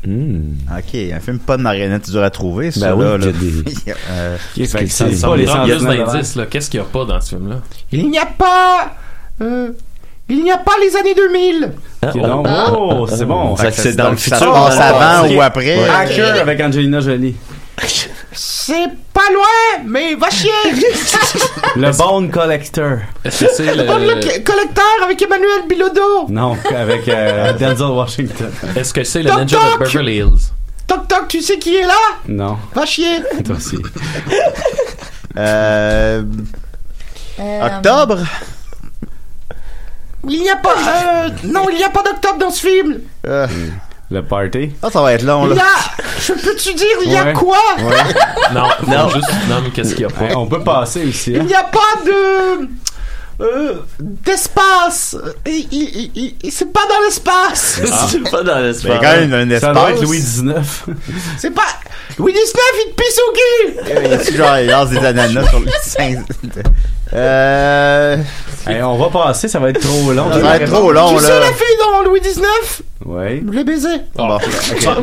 Hmm.
Ok, un film pas de marionnettes dur à trouver, ça.
Ben oui,
là,
qu'il y a
là. Euh,
Fait que
Ça
c'est
me
pas les
prend plus
centenaires.
d'indices. là. Qu'est-ce qu'il n'y a pas dans ce film-là?
Il n'y a pas. euh, Il n'y a pas les années 2000.
Qui est donc- Oh, c'est bon.
Ça,
Fait que
c'est dans
donc
le
ça
futur,
passe
dans le passé. Ouais.
Hacker avec Angelina Jolie.
C'est pas loin, mais va chier.
Le Bone Collector.
c'est
le bon le collecteur avec Emmanuel Bilodeau.
Non, avec euh, Denzel Washington.
Est-ce que c'est
le Toc, Ninja de toc! Beverly
Hills?
Toc toc, tu sais qui est là
Non.
Va chier.
Toi aussi.
Euh, Octobre?
Il n'y a pas. euh, non, il n'y a pas d'octobre dans ce film.
Euh,
Hmm. Le party.
Ah, ça va être long,
Il y
là.
a. Je peux-tu dire, il y a
Ouais.
quoi
Non,
Non.
non. juste nomme qu'est-ce qu'il y a pas.
Hey, on peut passer aussi.
Il
Hein?
n'y a pas de. euh, d'espace. Il- il- il- il- C'est pas dans l'espace.
Ah.
Ah.
C'est pas dans l'espace.
Mais quand même, un
Ça
espace.
doit être Louis XIX.
C'est pas. Louis XIX, il te pisse au cul.
Euh, tu, genre, il lance des ananas sur le sein. Euh.
Hey, on va passer, ça va être trop long.
Ça va être trop long,
tu sais
là.
la fille dans Louis XIX
Ouais.
Le baiser.
Bon, ok.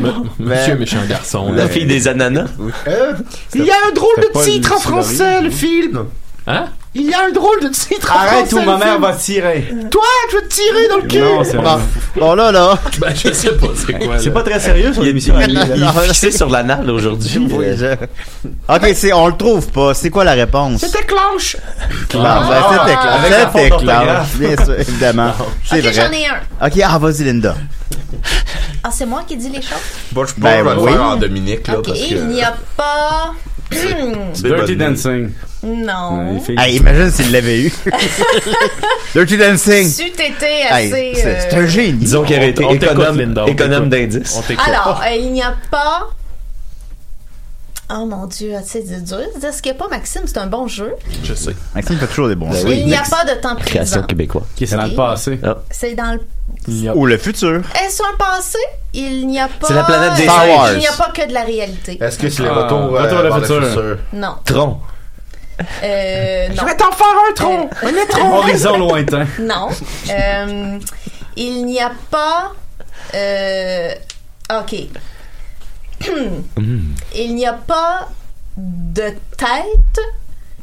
Ben,
Monsieur méchant garçon.
La
là.
fille des ananas.
Euh, il y a un drôle
c'était
de
pas
titre
une
en français, le film.
Hein?
Il y a un drôle de titre en français.
Arrête ou
le
ma mère
film.
va tirer.
Toi, je vais te tirer dans le cul.
Euh, Non, c'est
Bon,
vrai.
bon, là, là.
Ben, je sais pas c'est quoi.
C'est
là.
pas très sérieux sur l'émission.
Il est fixé sur l'anal aujourd'hui.
Oui, je- Ok, c'est, on le trouve pas. C'est quoi la réponse?
C'était clenche.
Clanche. Ben, c'était clanche.
Avec la
C'était
faute
clanche.
d'orthographe.
Bien sûr, évidemment. C'est
Ok, j'en
vrai.
ai un.
Ok, ah, vas-y, Linda.
Ah, c'est moi qui dis les choses?
Bon, je
Ben
ben, vais
oui.
le faire en Dominique,
Oh,
là,
Ok,
parce que...
il n'y a pas. Hmm,
Dirty Dancing.
non.
Les filles.
Hey, imagine s'il l'avait eu. Dirty Dancing.
Tu t'étais assez.
Hey, c'est, c'est
euh,
un génie.
Disons qu'il aurait été
On t'écoute,
économe,
Linda, on
économe
t'écoute.
d'indices.
On t'écoute.
Alors, euh, il n'y a pas. Oh mon dieu, ah, c'est dur de dire ce qu'il n'y a pas, Maxime, c'est un bon jeu.
Je sais.
Maxime fait toujours des bons jeux.
il n'y a pas de temps présent.
Création québécoise. Ah.
Qui c'est dans le passé.
C'est dans le.
Ou le futur.
Est-ce un passé? Il n'y a pas.
C'est la planète des
Star Wars.
Il n'y a pas que de la réalité.
Est-ce que c'est le
Ah,
retour, euh,
retour à la
vers le
future.
futur?
Non.
Tron.
Euh, non. Euh,
Je vais t'en faire un tronc. Un étron.
Horizon lointain.
Non. Euh, il n'y a pas. euh, ok.
Mm.
il n'y a pas de tête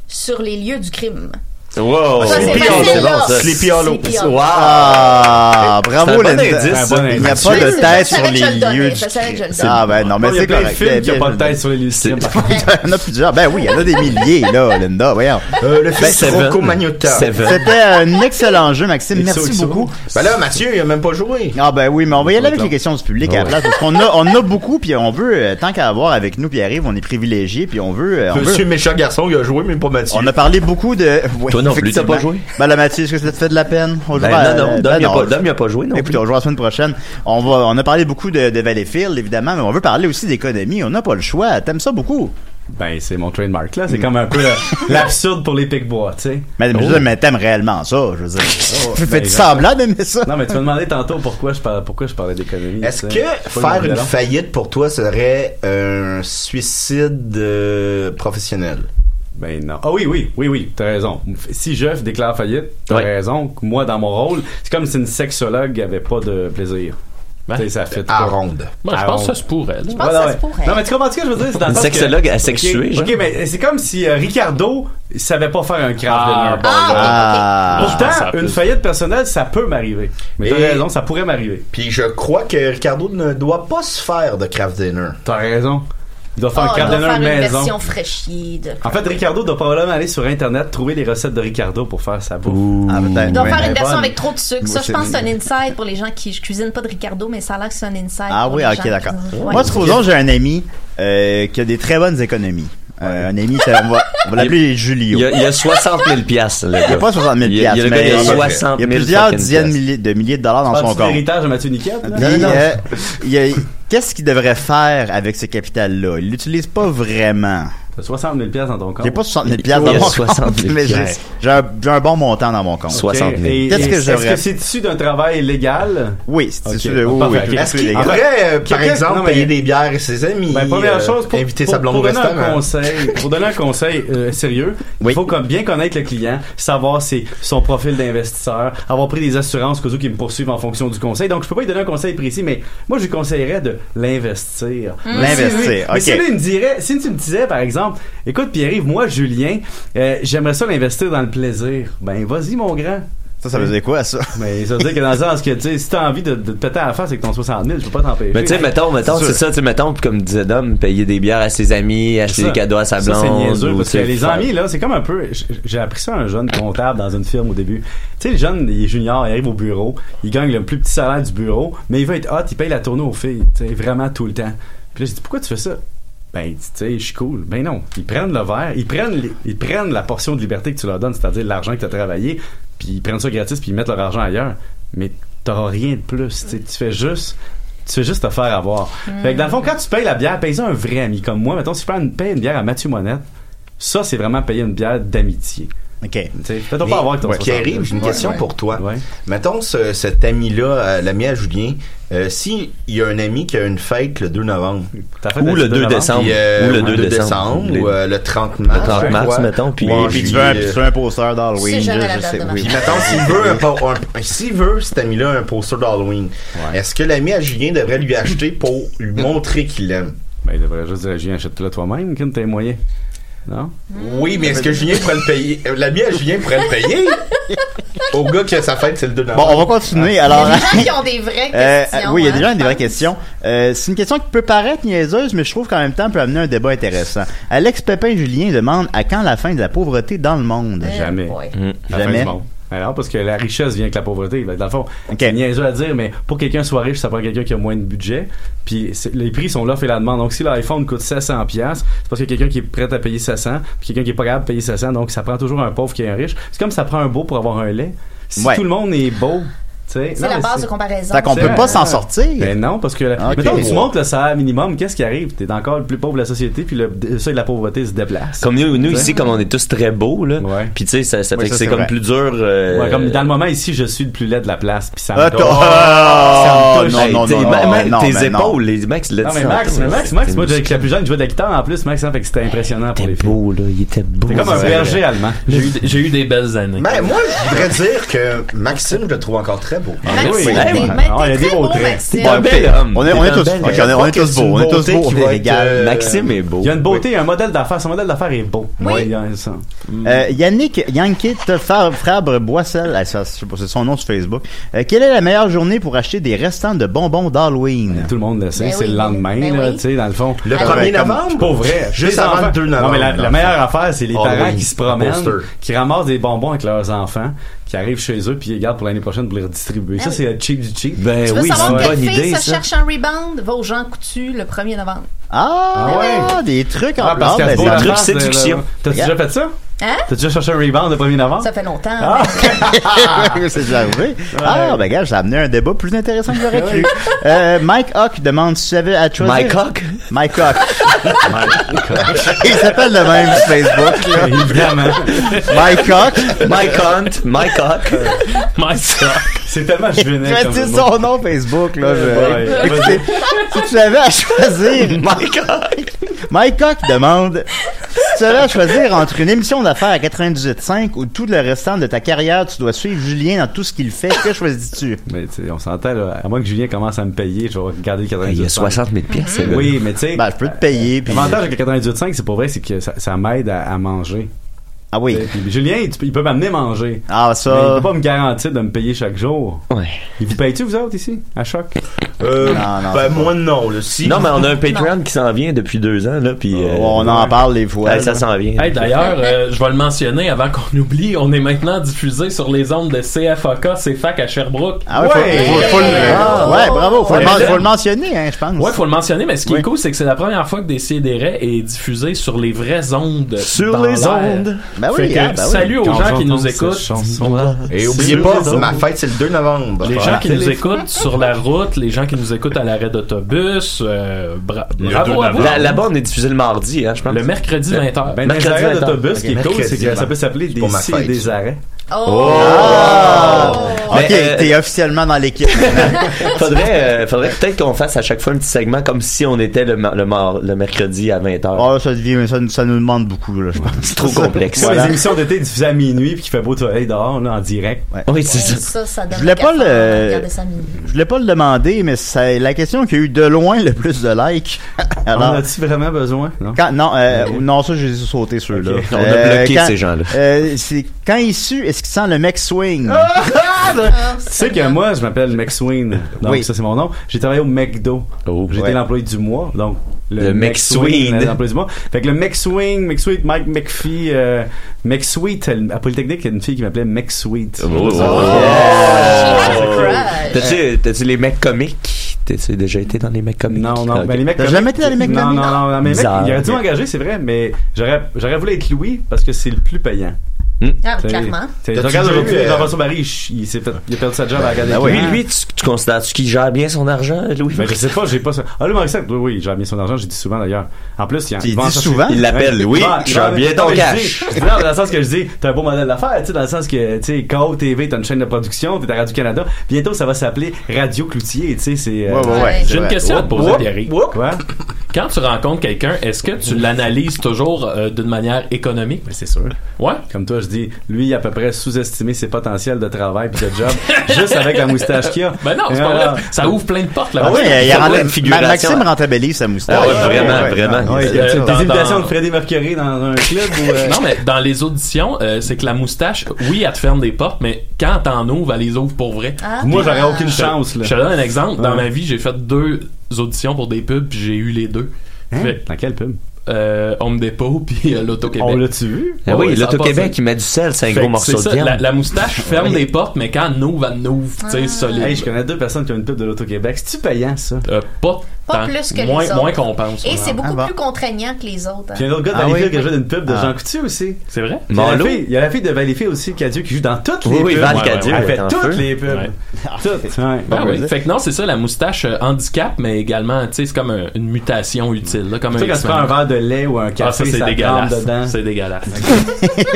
sur les lieux du crime.
Oh,
Wow.
Ça, c'est
Sleepy
facile,
Hollow.
là.
Bon, ça.
Sleepy Hollow. Sleepy Hollow.
Ah,
C'est un
bravo,
bon
Linda.
indice,
Un
ça.
bon
Il n'y a
indice.
pas
Je
de
savais
tête
que je
sur les
le donnais,
lieux
je savais que je le
du
donnais.
Ah ben non, mais
Il y a
c'est
plein de
correct.
films qui
Bien,
n'ont pas
bien,
de tête sur les
C'est-
lycées.
Il y en a plusieurs. Ben oui, il y en a des milliers, là, Linda, voyons.
Euh, le fils
Seven.
Rocco Magnotta.
Seven.
C'était un excellent jeu, Maxime. Merci
XOXO.
beaucoup.
Ben là, Mathieu, il a même pas joué.
Ah ben oui, mais on va y aller avec
Ouais.
les questions du public à la place, parce qu'on a, on a beaucoup, puis on veut, euh, tant qu'à avoir avec nous, puis arrive, on est privilégié, puis on veut... euh, on veut-
Monsieur méchant garçon, il a joué, mais pas Mathieu.
On a parlé beaucoup de... Ouais,
Toi non plus,
effectivement.
t'as pas joué?
Ben là, Mathieu, est-ce que ça te fait de la peine? On joue à-
Ben, non, non,
ben
Dom, il a
non,
pas-
on-
Dom, il a pas joué non plus.
Écoutez, on joue la semaine prochaine. On va, on a parlé beaucoup de, de Valleyfield, évidemment, mais on veut parler aussi d'économie. On n'a pas le choix. T'aimes ça beaucoup.
Ben, c'est mon trademark là. C'est comme un peu euh, la- l'absurde pour les pics-bois, tu sais.
Mais, mais je veux dire, mais t'aimes réellement ça, je veux dire. Tu
ben,
Fais-tu
exact.
semblant d'aimer ça?
Non, mais tu m'as demandé tantôt pourquoi je parlais, pourquoi je parlais d'économie.
Est-ce
tu sais.
que
Pas
faire
le
une
violon.
faillite pour toi serait un suicide euh, professionnel?
Ben non. Ah oui, oui, oui, oui, t'as raison. Si je déclare faillite, t'as
Ouais.
raison. que Moi, dans mon rôle, c'est comme si une sexologue avait pas de plaisir.
Ben,
Tu sais, ça fait
À
pas.
ronde.
Moi, je
Ah,
pense
on-
que ça se pourrait. là.
pense que ça se pourrait.
Non, mais tu comprends ce que je veux dire? C'est dans le
Une
sens que-
sexologue
Ok,
asexuée. genre.
ok, mais c'est comme si euh, Ricardo il savait pas faire un craft
Ah,
dinner.
bon.
Ah,
Ah, je pense à
Pourtant, une
plus.
faillite personnelle, ça peut m'arriver. Mais t'as
Et-
raison, ça pourrait m'arriver.
Puis je crois que Ricardo ne doit pas se faire de craft dinner.
T'as raison. Il doit faire
Oh,
un
on
craft
va
dinner
faire une
maison.
version fraîchie. De...
En fait, Ricardo doit probablement aller sur Internet trouver les recettes de Ricardo pour faire sa bouffe.
Ah, peut-être.
On doit
Ouais.
faire une
mais
version
bonne.
avec trop de sucre. Ça,
Oui,
je pense que
c'est-
c'est un inside pour les gens qui. Je cuisine pas de Ricardo, mais ça a l'air que c'est un inside.
Ah
pour
oui,
les gens
ok,
qui-
d'accord.
Ouais.
Moi, supposons, j'ai un ami euh, qui a des très bonnes économies. Euh, un ami, ça, on va, on va l'appeler Julio.
Il y a- il y a 60 000 piastres, le
Il n'y a
gars.
pas 60 000
Il y a- il y a le
piastres,
gars, il y a
mais euh,
60 000
il y a plusieurs
fucking
dizaines de
piastres.
milliers, de milliers de dollars dans son
Parles-tu de
compte.
l'héritage de Mathieu Niquette, là?
Puis, euh, il y a- Qu'est-ce qu'il devrait faire avec ce capital-là? Il l'utilise pas vraiment.
T'as 60 000 piastres dans ton compte.
J'ai pas 60 000
Il y a
dans mon
60
compte,
000
mais j'ai j'ai un, j'ai un bon montant dans mon compte.
Soit- 60 000.
Et- et-
Qu'est-ce que
Est-ce
j'aurais-
que c'est issu d'un travail légal?
Oui, c'est
Ok,
sûr. Oui,
parfait,
oui,
ok.
tout à
Est-ce
fait
qu'il
légal.
pourrait, euh,
Quelqu'un-
par exemple,
non, mais-
payer des bières à ses amis?
Ben, première
euh,
chose, pour,
inviter
pour-
sa blonde
pour
au
donner un
restaurant. hein.
conseil, pour donner un conseil euh, sérieux,
Oui.
il faut comme bien connaître le client, savoir ses, son profil d'investisseur, avoir pris des assurances qu'aux qui me poursuivent en fonction du conseil. Donc, je peux pas lui donner un conseil précis, mais moi, je lui conseillerais de
Mmh.
l'investir. Mais si
L'investir,
lui-
ok.
Mais si lui, il me dirait, si tu me disais, par exemple, écoute, Pierre-Yves, moi, Julien, euh, j'aimerais ça l'investir dans le plaisir. Ben, vas-y, mon grand.
Ça, ça faisait quoi, ça?
Mais ça veut dire que dans le sens que, tu sais, si t'as envie de, de te péter à la face avec ton 60 000, je peux pas t'empêcher.
Mais tu sais, mettons, mettons, c'est ça, tu sais, mettons, comme disait Dom, payer des bières à ses amis, acheter
C'est
des
ça.
cadeaux à sa
Ça,
blonde.
c'est niaiseux,
ou,
parce
tu
que
sais,
les
faire-
amis, là, c'est comme un peu. j- J'ai appris ça à un jeune comptable dans une firme au début. Tu sais, le jeune, il est junior, il arrive au bureau, il gagne le plus petit salaire du bureau, mais il veut être hot, il paye la tournée aux filles, tu sais, vraiment tout le temps. Puis là, j'ai dit, pourquoi tu fais ça? Ben, il dit, tu sais, je suis cool. Ben non, ils prennent le verre, ils prennent, les- ils prennent la portion de liberté que tu leur donnes, c'est-à-dire l'argent que tu as travaillé, puis ils prennent ça gratis, puis ils mettent leur argent ailleurs. Mais t'auras rien de plus, tu sais, tu fais juste. Tu fais juste te faire avoir. Fait que dans le fond, quand tu payes la bière, paye ça à un vrai ami comme moi. Mettons, si tu prends une, payes une bière à Mathieu Monette, ça, c'est vraiment payer une bière d'amitié.
OK.
Peut-être pas avoir avec ton
Mais, Pierre-Yves,
60.
j'ai une question
Ouais.
pour toi. Mettons ce- cet ami-là, euh, l'ami à Julien, euh, s'il y a un ami qui a une fête le 2 novembre,
fête Ou le le 2 2 décembre.
Puis, euh,
Ou le
ou
2
2
décembre.
décembre, ou euh, le 30 mars,
Le 30
je
mars,
crois.
mettons, puis-
Ouais, euh,
Et puis
tu veux un- tu veux un poster d'Halloween, C'est jamais là, la je date sais, de oui.
Puis mettons, s'il veut, un, po- un- s'il veut, cet ami-là, un poster d'Halloween, est-ce que l'ami à Julien devrait lui acheter pour lui montrer qu'il l'aime?
Ben, il devrait juste dire à Julien, achète-le toi-même, quand t'es moyen. Non?
Oui, mais est-ce que Julien pourrait le payer? Euh, L'ami à Julien pourrait le payer? Au gars qui a sa fête, c'est le 2
Bon,
novembre.
on va continuer. Alors,
Il y a des gens qui
hein?
ont des vraies
Euh,
questions.
oui, il y a
hein.
des gens qui ont des vraies questions. Euh, c'est une question qui peut paraître niaiseuse, mais je trouve qu'en même temps peut amener un débat intéressant. Alex Pépin Julien demande à quand la fin de la pauvreté dans le monde
Jamais.
Hmm.
La fin
Jamais.
du monde. Alors, parce que la richesse vient avec la pauvreté. Fait que Dans le fond, c'est niaiseux à dire, mais pour que quelqu'un soit riche, ça prend quelqu'un qui a moins de budget. Puis c'est- les prix sont l'offre et la demande. Donc si l'iPhone coûte 700$, piastres, c'est parce que quelqu'un qui est prêt à payer 700$, puis quelqu'un qui est pas capable de payer 700$. Donc ça prend toujours un pauvre qui est un riche. C'est comme ça prend un beau pour avoir un lait. Si
Ouais.
tout le monde est beau, c'est
C'est la base de comparaison.
Fait qu'on peut pas s'en sortir.
Ben non, parce que
Ok.
mettons que tu montes le salaire minimum, qu'est-ce qui arrive? T'es encore le plus pauvre de la société, puis le le seuil de la pauvreté se déplace.
Comme nous, nous
Tu sais?
ici, comme on est tous très beaux, là. Puis tu sais, ça, ça
Ouais,
fait
ça,
que c'est
c'est
comme
vrai.
plus dur. euh,
Ouais, comme dans le moment ici, je suis le plus laid de la place, puis ça me
Ah,
touche.
t'as-
Ça me touche.
Hey, t'es- ma- ma- Tes épaules, les Max, le
Non, mais Max, mais Max, Max, moi, avec la plus jeune, je jouais de la guitare en plus, Max, ça fait que c'était impressionnant pour les filles.
beau, là, il était beau.
T'es comme un berger allemand.
J'ai eu, j'ai eu des belles années.
Ben, moi, je voudrais dire que Maxime, je le trouve encore très beau.
Ah oui, Maxime, ben oui. t'es-
il y a des beaux
beau,
traits.
Maxime. T'es un bel homme.
On est- on est tous- ok, on est- on est tous beaux, on est tous beaux. Égal.
Maxime est beau.
euh, Il y a une beauté, un modèle d'affaires. Son modèle d'affaires est beau.
Oui.
il y a ça.
Euh, Yannick Yankit Fab- Fabre Boissel, ah, ça, c'est c'est son nom sur Facebook. Euh, quelle est la meilleure journée pour acheter des restants de bonbons d'Halloween?
Tout le monde le sait, Ben c'est oui. le lendemain, Ben là, oui. tu sais, dans le fond.
Le
Comme-
1er
comme-
novembre?
Pour vrai.
Juste
Tes
avant
enfants-
le 2 novembre,
Non, mais la,
dans
la
le
meilleure
fond.
affaire, c'est les
Halloween,
parents qui se promènent,
poster.
qui ramassent des bonbons avec leurs enfants, qui arrivent chez eux, puis ils les gardent pour l'année prochaine pour les redistribuer.
Ben
ça,
oui.
c'est le cheap du cheap.
Ben
Tu veux savoir quelle fille se cherche un rebound? Va aux gens coutus le 1er novembre.
Ah,
Ah
des trucs en
Ah, parce
blanc,
qu'elle se
ben,
bourre
c'est
la
un truc
face, là, là.
séduction.
T'as-tu déjà fait ça?
Hein?
T'as déjà cherché un rebound le 1er novembre?
Ça fait longtemps.
Ah!
c'est déjà arrivé. Ah, ben gars, ça a amené un débat plus intéressant que
Ah
j'aurais cru. Euh, Mike Hawk demande si tu avais à choisir.
Mike Hawk?
Mike Hawk. Il s'appelle le même sur Facebook. Là.
Évidemment.
Mike Hawk.
Mike Hunt, Mike Hawk.
Mike Hawk.
C'est tellement juvénile.
Je vais
comme
dire
mot.
son nom Facebook, là. je-
Ouais, ouais.
Écoutez, si tu avais à choisir. Mike Hawk. Mike Hawk demande si tu avais à choisir entre une émission d'affaires à 98.5 ou tout le restant de ta carrière, tu dois suivre Julien dans tout ce qu'il fait, que choisis-tu?
Mais tu sais, on s'entend, là. À moins que Julien commence à me payer, je vais regarder le 98.
Il y a 60 000 pièces, ce gars.
Oui, mais tu sais.
Ben, je peux te payer. puis-
L'avantage avec le 98.5, c'est pour vrai, c'est que ça, ça m'aide à, à manger.
Ah oui.
Julien, il, il peut m'amener manger.
Ah, ça.
Mais il peut pas me garantir de me payer chaque jour.
Ouais.
Il vous paye-tu, vous autres, ici? À choc?
Euh,
Non, non,
ben,
c'est
moi, non. Là, si.
Non, mais on a un Patreon qui s'en vient depuis deux ans, là, puis... euh,
Oh, on en parle des fois.
Hey, ça s'en vient.
Hey, D'ailleurs, euh, je vais le mentionner avant qu'on oublie, on est maintenant diffusé sur les ondes de CFAK, CFAC à Sherbrooke.
Ah ouais, faut- faut- faut le- Ah, ouais, bravo, faut, le, men-
Ouais.
faut le mentionner, hein, je pense.
Ouais, faut le mentionner, mais ce qui est cool, c'est que c'est la première fois que Décideret est diffusé sur les vraies ondes.
Sur
dans
les
l'air.
ondes.
Ben
Fait
oui,
que
ah, ben oui.
Salut aux
Quand
gens qui
j'entends
nous
cette
écoute.
chanson-là.
Et oubliez
Sur
pas,
les ondes.
ma fête, c'est le 2 novembre.
Les
Voilà.
gens qui nous écoutent sur la route, les gens qui nous écoutent à l'arrêt d'autobus, euh, bra- bravo à vous.
Là- Là-bas, on est diffusé le mardi, hein, je pense.
Le mercredi 20h.
Ben, dans les
mercredi
arrêts
20h.
d'autobus, ce qui est
Ok,
cool,
mercredi
c'est que ça peut s'appeler
C'est
des
pour ma
si et
fête. Oh!
des arrêts.
Ah! Ok,
Mais, euh,
t'es officiellement dans l'équipe.
faudrait, euh, faudrait peut-être qu'on fasse à chaque fois un petit segment comme si on était le, mar- le, mar- le mercredi à 20h.
Oh, ça, devient- ça, ça nous demande beaucoup, là, je pense.
C'est trop complexe.
C'est les émissions d'été diffusées à minuit, puis qui fait beau travail dehors, là, en direct.
Oui, c'est
Ça, ça donne
Je voulais pas
qu'à faire,
le-
regarder ça à minuit.
Je voulais pas le demander, mais c'est la question qui a eu de loin le plus de likes.
en
Alors,
as-tu vraiment besoin? Non.
quand, non, euh, non, ça, j'ai sauté ceux-là.
On a bloqué ces gens-là.
euh, c'est quand ils su, est-ce qui sent le mec swing.
Tu sais que moi, je m'appelle McSween. Donc,
Oui.
ça, c'est mon nom. J'ai travaillé au McDo. J'étais
Ouais.
l'employé du mois. Donc,
Oh, Le McSween.
euh, L'employé du mois. Fait que le McSween, McSweet, Mike McPhee, euh, McSweet. elle- À Polytechnique, il y a une fille qui m'appelait
Oh,
Ah, McSweet.
T'as-tu, t'as-tu les mecs comiques? T'as-tu déjà été dans les mecs comiques?
Non, non, mais les mecs. comiques- Non, non, non, non, mais les mecs, il aurait dû engager, c'est vrai, mais j'aurais, j'aurais voulu être Louis parce que c'est le plus payant.
Ah,
T'sais,
clairement.
t'sais, Je
Hmm? T'as-tu
regarde
vu,
aujourd'hui,
euh, Ben
Jean-François Barry, il ch- il, s'est fait- il a perdu sa job à la garde des
Ah oui,
clients.
lui, tu, tu considères-tu qu'il gère bien son argent, Louis?
Ben, je sais pas, j'ai pas ça. Ah, le Marissac, oui, oui, j'ai mis son argent, j'ai dit souvent d'ailleurs. En plus, il, en-
Tu
va en
dis
chercher-
souvent? Il l'appelle,
Ouais.
oui,
Ouais,
je veux
ouais,
bien
non,
ton
mais je
cash.
dis- non, dans le sens que je dis, t'as un beau modèle d'affaires, tu sais, dans le sens que, tu sais, KO TV, t'as une chaîne de production, t'es à Radio-Canada. Bientôt, ça va s'appeler Radio Cloutier, tu sais, c'est. euh,
Ouais, ouais, ouais,
J'ai une question à te poser,
Whoop,
Pierre.
whoop.
Quand tu rencontres quelqu'un, est-ce que tu l'analyses toujours euh, d'une manière économique?
Ben, c'est sûr.
Ouais.
Comme toi, je dis, lui, il a à peu près sous-estimé ses potentiels de travail puis de job, juste avec la moustache qu'il a.
Ben non, c'est pas
Ah.
vrai. Ça ouvre plein de portes là
Ah oui, il y a rendu- Ma- Maxime
rentre
rentabilise sa moustache.
Ah ouais, vraiment, vraiment.
Ah, Ouais,
Euh,
t'as- t'as
dans-
des imitations
dans-
de Freddie Mercury dans un club ou. euh,
Non, mais dans les auditions, euh, c'est que la moustache, oui, elle te ferme des portes, mais quand t'en ouvres, elle les ouvre pour vrai.
Ah. Moi, j'aurais aucune
Je te-
chance, là.
Je te donne un exemple. Dans
Ouais.
ma vie, j'ai fait deux auditions pour des pubs, puis j'ai eu les deux.
Hein? Dans quelle pub?
Euh, Home Depot, puis euh, l'Auto-Québec.
On l'a-tu vu?
Ah oui,
Ouais, ça a
l'Auto-Québec,
passé.
il met du sel, c'est un
Fait
gros
que
morceau
c'est
de
ça,
viande.
La, la moustache ferme des portes, mais quand elle ouvre, elle ouvre, tu
Ah.
sais, solide. Euh,
Hey, je connais deux personnes qui ont une pub de l'Auto-Québec. C'est-tu payant, ça?
pas
Pas plus que
Moins-
les autres.
moins qu'on pense.
Et c'est beaucoup
Ah, bon.
plus contraignant que les autres. hein.
Puis il y a un autre gars de
Ah oui?
Valleyfield qui a joué d'une pub de
Ah.
Jean Coutu aussi.
C'est vrai?
Il y, a la
Malo?
fille, il y a la fille de Valleyfield aussi, Cadieux, qui joue dans toutes les
Oui, oui,
pubs.
Val Cadieux,
Elle fait
est en
toutes
feu.
les pubs.
Ouais.
Toutes. Ouais.
Ah oui. Fait que non, c'est ça, la moustache euh, handicap, mais également, tu sais, c'est comme un- une mutation utile, là, comme
Tu sais, quand tu prends un verre de lait ou un café,
Ah, ça, c'est
ça trempe
dégueulasse.
dedans.
C'est dégueulasse.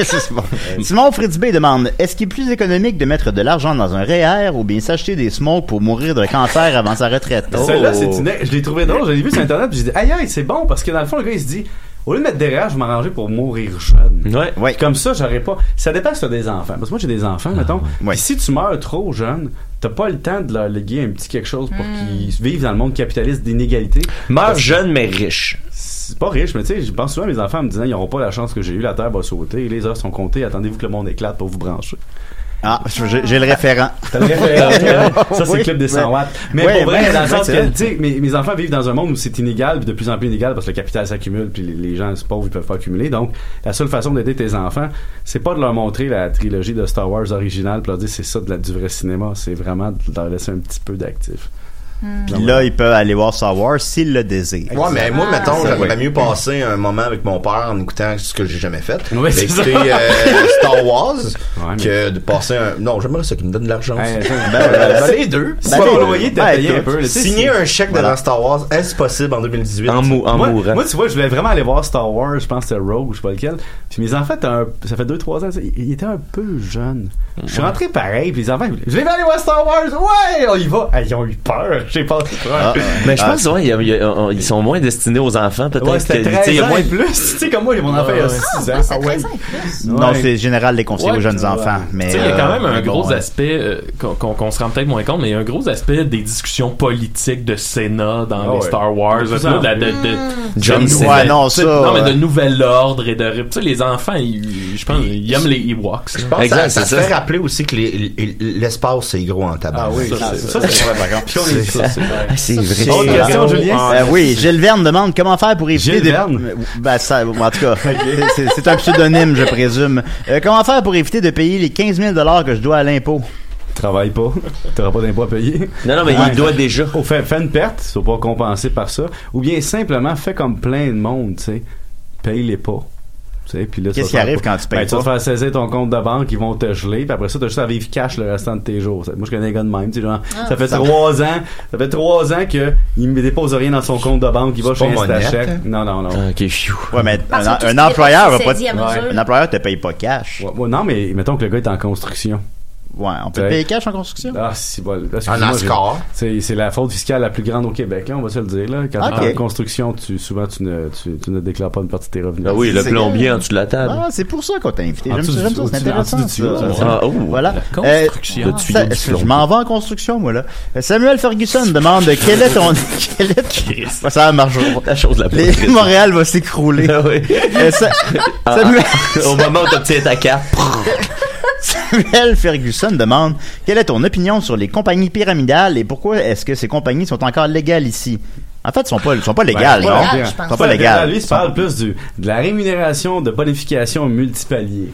C'est bon. Simon Fritz B demande Est-ce qu'il est plus économique de mettre de l'argent dans un REER ou bien s'acheter des smokes pour mourir d'un cancer avant sa retraite
Oh.
Oh.
Celle-là, c'est une. Je l'ai trouvé drôle, je l'ai vu sur Internet, puis j'ai dit, aïe, aïe, c'est bon, parce que dans le fond, le gars, il se dit, au lieu de mettre derrière, je vais m'arranger pour mourir jeune.
Ouais.
Comme ça, j'aurais pas. Ça dépend si t'as des enfants. Parce que moi, j'ai des
Ah,
enfants, mettons. Puis si tu meurs trop jeune, t'as pas le temps de leur léguer un petit quelque chose pour qu'ils vivent dans le monde capitaliste d'inégalité.
Meurs jeune, mais riche.
C'est pas riche, mais tu sais, je pense souvent à mes enfants en me disant, ils n'auront pas la chance que j'ai eue, la terre va sauter, les heures sont comptées, attendez-vous que le monde éclate pour vous brancher.
Ah, j'ai j'ai le référent.
T'as le référent. ça, c'est
Oui.
le club des 100 watts. Mais
Ouais,
pour vrai,
ouais,
dans le sens
c'est
que,
vrai.
tu sais, mes, mes enfants vivent dans un monde où c'est inégal, puis de plus en plus inégal, parce que le capital s'accumule, puis les, les gens se pauvres, ils peuvent pas accumuler. Donc, la seule façon d'aider tes enfants, c'est pas de leur montrer la trilogie de Star Wars originale, puis leur dire c'est ça de la- du vrai cinéma, c'est vraiment de leur laisser un petit peu d'actif.
Hmm.
Puis là, il peut aller voir Star Wars s'il le désire.
Ouais, mais moi, mettons,
Ça,
j'aimerais
oui.
mieux passer un moment avec mon père en écoutant ce que j'ai jamais fait.
Oui, c'est
D'écouter,
ça.
euh, Star Wars
Ouais, mais-
que de passer un. Non, j'aimerais ça qu'il me donne de l'argent.
Hey,
aussi.
ben, ben,
C'est
ben,
les deux.
si ton loyer t'a payé un
écoute,
peu, là, tu sais,
Signer
si-
un chèque
Voilà.
devant Star Wars, est-ce possible en 2018?
moi, Moi, tu vois, je voulais vraiment aller voir Star Wars, je pense que c'était Rogue, je sais pas lequel. Puis mes enfants, étaient un- ça fait 2-3 ans, tu sais, ils ils étaient un peu jeunes. Je suis rentré pareil, puis les enfants, ils voulaient, je vais aller voir Star Wars, ouais, on y va. Ah, ils ont eu peur, je sais pas.
Ah, Mais je pense, ouais, il y a- il y a- on- ils sont moins destinés aux enfants, peut-être.
Ouais, c'était
que- tu sais,
13
il y a
ans
moins-
et plus. Tu sais, comme moi, mon enfant, il a 6 ans. Ah ouais.
Non,
Ouais.
c'est général les conseils
Ouais,
aux jeunes
ouais.
enfants. Mais
Tu sais, il y a quand
euh,
même un
mais bon,
gros
ouais.
aspect euh, qu'on- qu'on qu'on se rend peut-être moins compte, mais il y a un gros aspect des discussions politiques de Sénat dans
Ah
les
ouais.
Star Wars,
Tout
un
ça.
peu de, la- de- de-
John
de-
Cena. Ouais,
non,
tu sais,
ça,
non, mais
ouais.
de nouvel ordre et de. Tu sais, les enfants, ils- je pense, ils aiment les Ewoks.
Je pense que ça, ça se fait rappeler aussi que les- les- l'espace, c'est gros en tabac.
Ah oui, ça, c'est- ça, c'est
vrai, par contre. Puis on est- ça, c'est vrai.
Ah, c'est vrai.
Autre
c'est
question,
vrai.
Julien?
Euh, oui, Gilles Verne demande comment faire pour éviter
Gilles
des...
Verne?
Ben, ça, en tout cas, c'est- c'est un pseudonyme, je présume. Euh, comment faire pour éviter de payer les 15 000 que je dois à l'impôt?
Travaille pas. T'auras pas d'impôt à payer.
Non, non, mais
Ouais.
il doit déjà.
Oh, fais, fais une perte, sois pas compensé par ça. Ou bien simplement fais comme plein de monde, tu sais. Paye-les pas. Tu sais, puis là, tu
Qu'est-ce
vas
qui
faire
arrive
quoi?
quand tu payes
Ben, Tu vas
pas?
te faire saisir ton compte de banque, ils vont te geler, puis après ça, t'as juste à vivre cash le restant de tes jours. Ça- Moi, je connais un gars de même, tu sais, genre,
Ah,
ça fait
ça-
trois ans, ça fait trois ans que il me dépose rien dans son compte de banque, il va
C'est
chez
pas mon net, hein?
Instachèque. Non, non, non.
Ok, phew.
Ouais, mais
Parce
un,
que tout ce
un
qui est
employeur va
parti
pas...
saisi à mesure.
Un employeur te paye pas cash.
Ouais, ouais, non, mais mettons que le gars est en construction.
Ouais, on peut
Ouais.
payer cash en construction?
Ah, si, bon.
Un NASCAR.
C'est c'est la fraude fiscale la plus grande au Québec, là, on va se le dire. Là. Quand
Ok.
tu es en construction, tu, souvent, tu ne, tu, tu ne déclares pas une partie de tes revenus.
Ah oui, le
C'est-
plombier en dessous de la table.
Ah, c'est pour ça qu'on t'a invité.
En
J'aime ça,
dessous du-
j'aime ça, c'est
au-dessus- en
intéressant.
dessous du
ça.
tuyau.
Ça.
Ah, oh.
Voilà.
La
Euh,
construction.
Le tuyau
ça,
du
je
plomb.
m'en vais en construction, moi, là. Euh, Samuel Ferguson demande quel est ton. quel est... Ouais, ça marche.
La chose la plus
Les...
triste.
Montréal va s'écrouler.
Ah oui.
Euh, ça-
Ah,
Samuel...
ah, Au moment où t'obtiens ta carte,
Samuel Ferguson demande Quelle est ton opinion sur les compagnies pyramidales et pourquoi est-ce que ces compagnies sont encore légales ici En fait, elles sont pas, sont pas légales,
Ouais,
non
ouais,
Elles
Ben, je pense.
sont pas légales.
Lui, il se parle plus du, de la rémunération de bonification multipalier.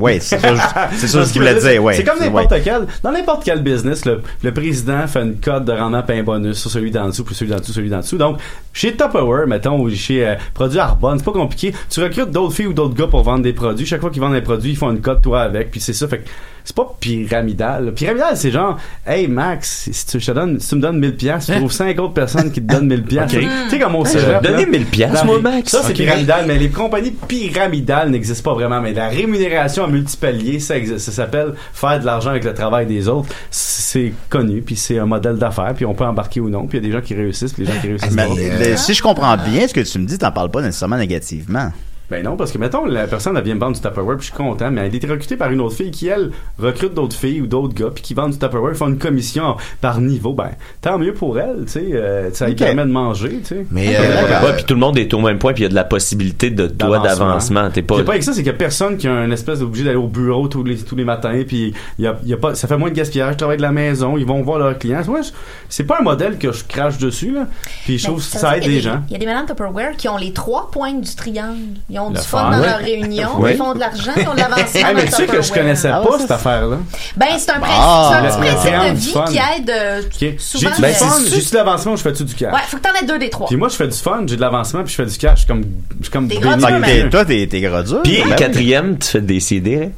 Oui, c'est ça, je- c'est ça que je voulais dire, ouais.
C'est comme
Ouais.
n'importe quel. Dans n'importe quel business, le, le président fait une cote de rendement pain bonus sur celui d'en dessous, puis celui d'en dessous, celui d'en dessous. Donc, chez Tupperware, mettons, ou chez euh, Produits Arbonne, c'est pas compliqué. Tu recrutes d'autres filles ou d'autres gars pour vendre des produits. Chaque fois qu'ils vendent des produits, ils font une cote, toi, avec. Puis c'est ça. Fait que c'est pas pyramidal. Pyramidal, c'est genre, hey Max, si tu, je te donne, si tu me donnes 1000 piastres, tu trouves 5 autres personnes qui te donnent 1000 piastres.
Ok. Ah,
Tu sais, comme au
Hey, je
cégep,
vais
là.
te donner 1000 piastres,
Non,
moi,
mais
Max.
Ça, c'est
Ok.
pyramidal, mais les compagnies pyramidales n'existent pas vraiment. Mais la rémunération à multipalier, ça, existe. ça s'appelle faire de l'argent avec le travail des autres. C'est connu, puis c'est un modèle d'affaires, puis on peut embarquer ou non. Puis il y a des gens qui réussissent, puis les gens qui réussissent
Ah,
Mais,
pas.
euh,
le- si je comprends bien ce que tu me dis, t'en parles pas nécessairement négativement.
Ben non, parce que mettons, la personne, elle vient me vendre du Tupperware, puis je suis content, mais elle a été recrutée par une autre fille qui, elle, recrute d'autres filles ou d'autres gars, puis qui vendent du Tupperware, font une commission par niveau. Ben, tant mieux pour elle, tu sais. euh, ça lui
Ok.
permet de manger, tu sais.
Mais euh,
Ok, d'accord.
ouais, puis tout le monde est au même point, puis il y a de la possibilité de toi d'avancement. T'es
Le
pas.
problème avec ça, c'est qu'il y a personne qui a une espèce d'obligé d'aller au bureau tous les, tous les matins, puis il y a, il y a pas, ça fait moins de gaspillage, ils travaillent de la maison, ils vont voir leurs clients. Ouais, je- c'est pas un modèle que je crache dessus, là. Puis je
Ben,
trouve que
veut
ça
dire
aide
qu'il y a
les gens.
Il y a des malades Tupperware qui ont les trois pointes du triangle. Ils ont
Le
du fun
fun.
dans
Ouais.
leur réunion,
Ouais.
ils font de l'argent, ils ont de l'avancement.
Ah,
dans
mais
le
tu sais que je
Tupperware.
connaissais
Ah,
pas
ouais,
cette
ça,
affaire-là.
Ben, c'est un, principe-
Ah,
c'est un
la
petit principe de
triangle
vie
fun.
qui aide euh, souvent.
J'ai-tu
euh,
du fun? J'ai-tu de l'avancement ou je fais-tu du cash?
Ouais, faut que t'en aies deux des trois.
Puis moi, je fais du fun, j'ai de l'avancement, puis je fais du cash. Je suis comme, je suis comme
T'es
béni.
gros dur, Fait que man.
toi, t'es, t'es gros dur.
Puis
Ben oui.
quatrième, tu fais des
hein?
CD.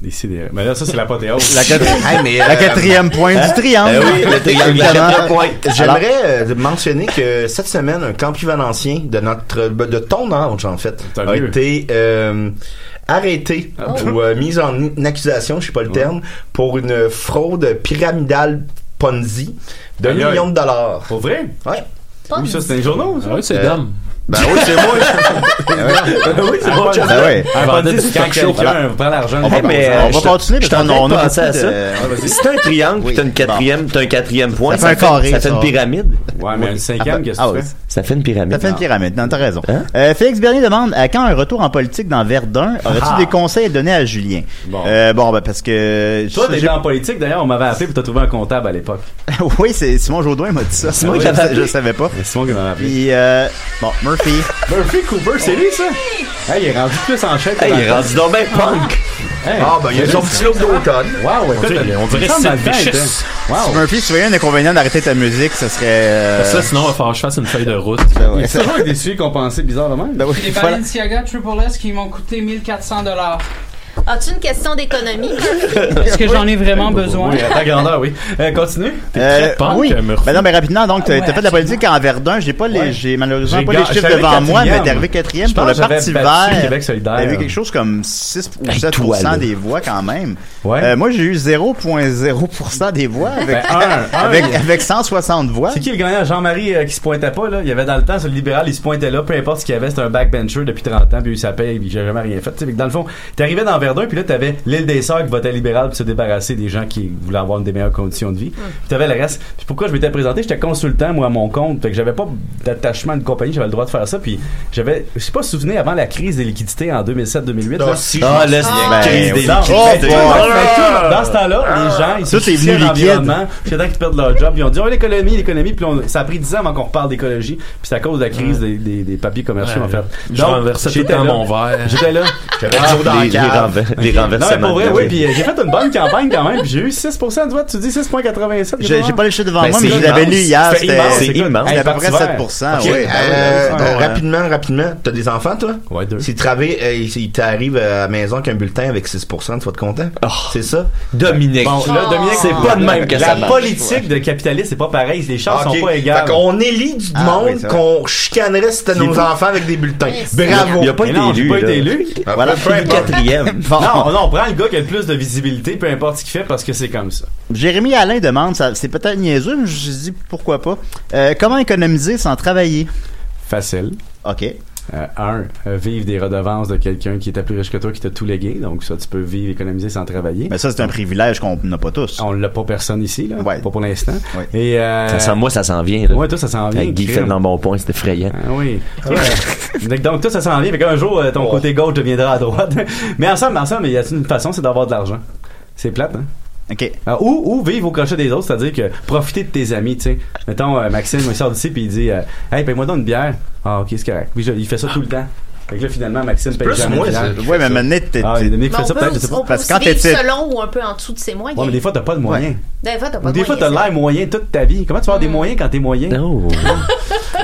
Des CD. Mais là, ça, c'est l'apothéose.
La quatrième- Hey, mais, La euh, quatrième pointe du triangle.
Eh oui, le triangle, la
Évidemment.
quatrième pointe.
Alors-
J'aimerais euh, mentionner que cette semaine, un campus valencien de notre, ben, de ton âge, en fait, a
mieux. Ah.
été, euh, arrêté ou euh, mis en i- accusation, je sais pas le terme, pour une fraude pyramidale Ponzi d'un
Aïe, aïe.
million de dollars.
Pour vrai?
Ouais.
Oui, ça, c'est un journaux, ça?
Ah oui, c'est dame.
Ben
oui, c'est moi.
oui, c'est moi.
Ah ouais.
Un
Vendette
bandit,
du
c'est
talk
quand
show.
quelqu'un prend l'argent.
Hey, mais, euh,
je
je
te-
te-
je
je
suis
suis
en train de
penser à ça. Si t'as un triangle, puis t'as une
Bon.
quatrième, t'as un quatrième point,
Ça fait un carré,
ça fait une
ça. Ah, bah,
pyramide.
Ouais, mais un cinquième, qu'est-ce que tu fais?
Ça fait une pyramide. Hein?
Ça fait une pyramide, non, t'as raison. Euh, Félix Bernier demande à quand un retour en politique dans Verdun Aurais-tu
Ah.
des conseils à donner à Julien Bon, euh, bon ben, parce que.
Toi,
j'ai-
t'étais en politique, d'ailleurs, on m'avait appelé pour te trouver un comptable à l'époque.
oui, c'est Simon Jaudoin m'a dit ça.
Simon qui
je,
l'avait
sais-
appelé.
je savais pas.
Simon qui m'a appelé.
Puis, euh, bon, Murphy.
Murphy Cooper, c'est lui, ça? Hey, il est rendu plus en chèque.
Hey, il est rendu
donc ben punk.
Ah, ben, il y a son petit look d'automne.
Wow, écoute,
on dirait
il me semble
Sid
dans le temps, il
Vicious.
était- Wow.
Si Murphy, si tu voyais un inconvénient d'arrêter ta musique, ce serait. euh,
Ça, sinon, il va falloir que je fasse une feuille de route.
Il y a toujours des sujets qu'on pensait bizarrement.
Les Balenciaga Triple S qui m'ont coûté 1400 dollars.
As-tu une question d'économie?
Est-ce que j'en ai vraiment besoin?
Oui, à ta grandeur, oui. Euh, continue.
Euh, oui. Ben non, mais rapidement, donc, t'as t'as fait de la politique en Verdun. J'ai pas les,
Ouais.
j'ai malheureusement
J'ai
pas
ga-
les chiffres
j'avais
devant moi, mais
quatrième.
t'es arrivé quatrième
Je
pour
pense
le
que j'avais
Parti
battu
vert.
Québec solidaire.
T'as eu quelque chose comme 6 ou
Hey,
7
toi, là.
des voix quand même.
Ouais.
Euh, moi, j'ai eu 0,0 des voix avec,
Ben, un, un,
avec,
il y a-
avec 160 voix.
C'est qui le gagnant? Jean-Marie euh, qui se pointait pas, là. Il y avait dans le temps, ce libéral, il se pointait là, peu importe ce qu'il y avait, c'était un backbencher depuis 30 ans, puis il s'appelle, puis j'ai jamais rien fait. Tu sais, fait que dans le fond, t'arrivais dans Verdun, puis là, t'avais l'île des Sœurs qui votait libéral pour se débarrasser des gens qui voulaient avoir une des meilleures conditions de vie. Puis t'avais le reste. Puis pourquoi je m'étais présenté? J'étais consultant, moi, à mon compte. Fait que j'avais pas d'attachement de compagnie, j'avais le droit de faire ça, puis j'avais, je sais pas, souvenez, avant la crise des liquidités en 2007-2008,
Ah,
là.
si, Ah, je- là, c'est la crise des
dans-
liquidités.
dans-
Oh,
dans- dans ce temps-là, les gens, ils se
Tout est
souciaient
venu
de
liquide.
l'environnement, jusqu'à temps qu'ils perdent leur job. Ils ont dit, oh, l'économie, l'économie. Puis on- ça a pris 10 ans avant qu'on reparle d'écologie. Puis c'est à cause de la crise des, des, des papiers commerciaux,
Ouais,
en fait.
je renversais tout le
j'étais
temps
là.
mon verre.
J'étais là. Ah,
J'avais toujours dans la
les-
cave.
les renver-
Les
Ok.
renversements
Non, mais pour vrai,
de
oui.
café.
Puis euh, j'ai fait une bonne campagne quand même. Puis j'ai eu 6 de voix. Tu dis 6,87
J'ai- j'ai pas les chiffres devant Ben, moi, mais c'est je
j'avais
les avais immense. lus hier,
C'est
c'était-
immense. Ben
c'est
écoute,
immense.
hey,
C'est à peu près
partivers.
7%,
Ok,
oui.
euh,
Ah ouais, ouais, ouais.
euh,
hein.
Rapidement, rapidement, t'as des enfants, toi?
Ouais, deux.
Si tu travailles, euh, il il t'arrive à la maison avec un bulletin avec 6%, tu vas être content? C'est ça?
Dominique.
Bon, là, Dominique, Oh.
c'est pas de même que
la
ça
La
marche.
politique de capitaliste, c'est pas pareil. Les chances
Ok.
sont pas égales.
Fait qu'on élit du
Ah,
monde
oui, c'est vrai.
qu'on chicanerait si c'était
C'est
nos
fou.
enfants avec des bulletins.
Oui, c'est-
Bravo.
Il a pas Mais été non, j'ai élu, pas là. été élu.
Ah,
Voilà.
peu importe.
Non, non, on prend le gars qui a le plus de visibilité, peu importe ce qu'il fait, parce que c'est comme ça.
Jérémy Alain demande, ça- c'est peut-être niaiseux, mais je dis pourquoi pas. Euh, comment économiser sans travailler?
Facile.
OK.
Euh, un, euh, vivre des redevances de quelqu'un qui était plus riche que toi, qui t'a tout légué. Donc, ça, tu peux vivre, économiser sans travailler.
Mais ça, c'est un privilège qu'on n'a pas tous.
On l'a pas personne ici, là. Pas pour l'instant. Et, euh,
Ça sent- moi, ça s'en vient. Là.
Ouais, toi, ça s'en vient,
Hey, Guy
crime.
fait dans bon point, c'est effrayant.
Ah oui. Ouais. Donc, tout ça s'en vient. Fait qu'un jour, euh, ton côté gauche deviendra à droite. mais ensemble, ensemble, il y a une façon, c'est d'avoir de l'argent. C'est plate, hein?
OK.
ou, ou vive au crochet des autres, c'est-à-dire que profiter de tes amis, tu sais. Mettons, euh, Maxime, il sort d'ici puis il dit euh, Hey, paye-moi donc une bière. Ah, ok, c'est correct. Puis je- il fait ça tout le temps. Fait que là, finalement, Maxime paye
plus
jamais
moi,
de bière.
c'est- ouais, mais maintenant, t'es-
Ah,
t'es-
il y a Dominique
Mais
qui fait
on
ça
peut
peut-être, je sais
aussi-
pas.
on peut
Parce que
aussi
quand t'es
vivre
petite.
selon ou un peu en dessous de ses moyens.
Ouais, mais des fois, t'as pas de moyens.
Des fois, t'as
Ou
pas de
des fois, t'as
moyens.
l'air moyen toute ta vie. Comment tu vas avoir des moyens quand t'es moyen?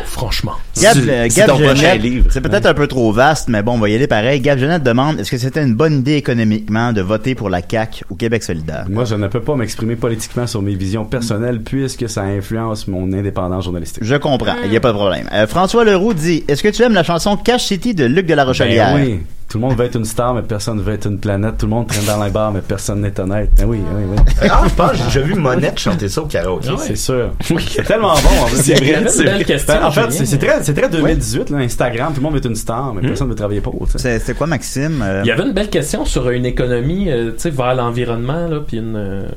Franchement.
Gab,
C'est-
euh,
c'est
Gab
ton prochain
Genette,
livre.
c'est peut-être un peu trop vaste, mais bon, on va y aller pareil. Gab Genette demande est-ce que c'était une bonne idée économiquement de voter pour la CAQ au Québec solidaire
Moi, je ne peux pas m'exprimer politiquement sur mes visions personnelles puisque ça influence mon indépendance journalistique.
Je comprends,
Mm.
il n'y a pas de problème. Euh, François Leroux dit est-ce que tu aimes la chanson Cash City de Luc de la Rochelière
Ben oui. Tout le monde veut être une star, mais personne veut être une planète. Tout le monde traîne dans les bars, mais personne n'est honnête. Ben oui, oui, oui.
Ah, je pense que j'ai déjà vu Monette chanter ça au karaoké.
C'est sûr. C'est tellement bon. en fait.
C'est vrai,
Ben,
c'est vrai.
En fait,
Julien.
c'est c'est très, c'est très 2018, là, Instagram. Tout le monde veut être une star, mais
Hmm.
personne ne veut travailler pour.
C'est quoi, Maxime Euh,
Il y avait une belle question sur une économie euh, tu sais, vers l'environnement, là, puis une. euh,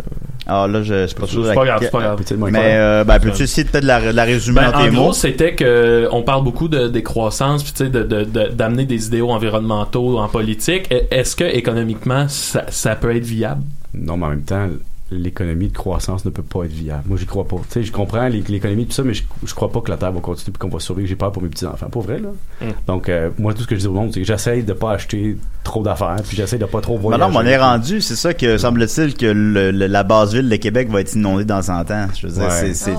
Ah là, je c'est pas sûr.
C'est pas grave, c'est pas grave.
Mais euh, ben, peux-tu essayer peut-être de la, de la résumer
Ben,
en
en
tes
gros,
mots
c'était que euh, on parle beaucoup de décroissance, puis tu sais, de- de- de- d'amener des idéaux environnementaux en politique. E- Est-ce que économiquement, ça, ça peut être viable
Non, mais en même temps, l'économie de croissance ne peut pas être viable. Moi, j'y crois pas. Tu sais, je comprends l'é- l'économie tout ça, mais je, je crois pas que la Terre va continuer et qu'on va survivre. J'ai peur pour mes petits-enfants. Pour vrai, là. Donc, euh, moi, tout ce que je dis au monde, c'est que j'essaye de pas acheter trop d'affaires, puis j'essaye de pas trop voyager.
Madame, Ben on est rendu, c'est ça que semble-t-il que le- le- la base ville de Québec va être inondée dans 100 ans. Je veux dire,
Ouais.
c'est- c'est-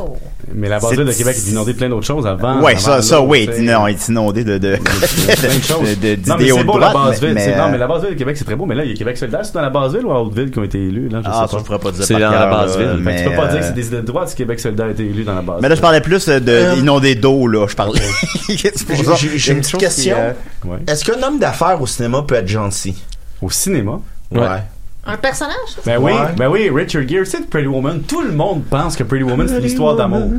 Mais la base
c'est-
de Québec est inondée de plein d'autres choses avant.
ouais,
avant
ça, ça,
l'eau,
oui,
tu sais.
on est inondé de, de,
plein de choses.
de, de-
non, mais
d'idéaux
c'est
de
beau,
droite,
la base ville.
mais-
C'est-
mais,
non,
euh,
mais la base ville de Québec, c'est très beau, mais là, il y a Québec solidaire. C'est dans la base ville ou à Haute-Ville qui ont été élus, là? Je
Ah,
sais
ça, je pourrais pas dire
C'est
par
dans
cœur,
la base
là,
ville. Mais tu peux
mais,
pas dire
euh,
que c'est des idées de droite si Québec solidaire a été élu dans la base
mais là, je parlais plus euh, de
Euh,
inondé d'eau, là. Je parlais. Qu'est-ce que c'est pour ça?
J'ai j'ai une petite
chose
question.
qui, euh,
Est-ce qu'un homme d'affaires au cinéma peut être gentil?
Au cinéma?
Ouais.
Un personnage?
Ben oui,
Ouais.
ben oui, Richard Gere, c'est Pretty Woman. Tout le monde pense que Pretty Woman, c'est une histoire d'amour.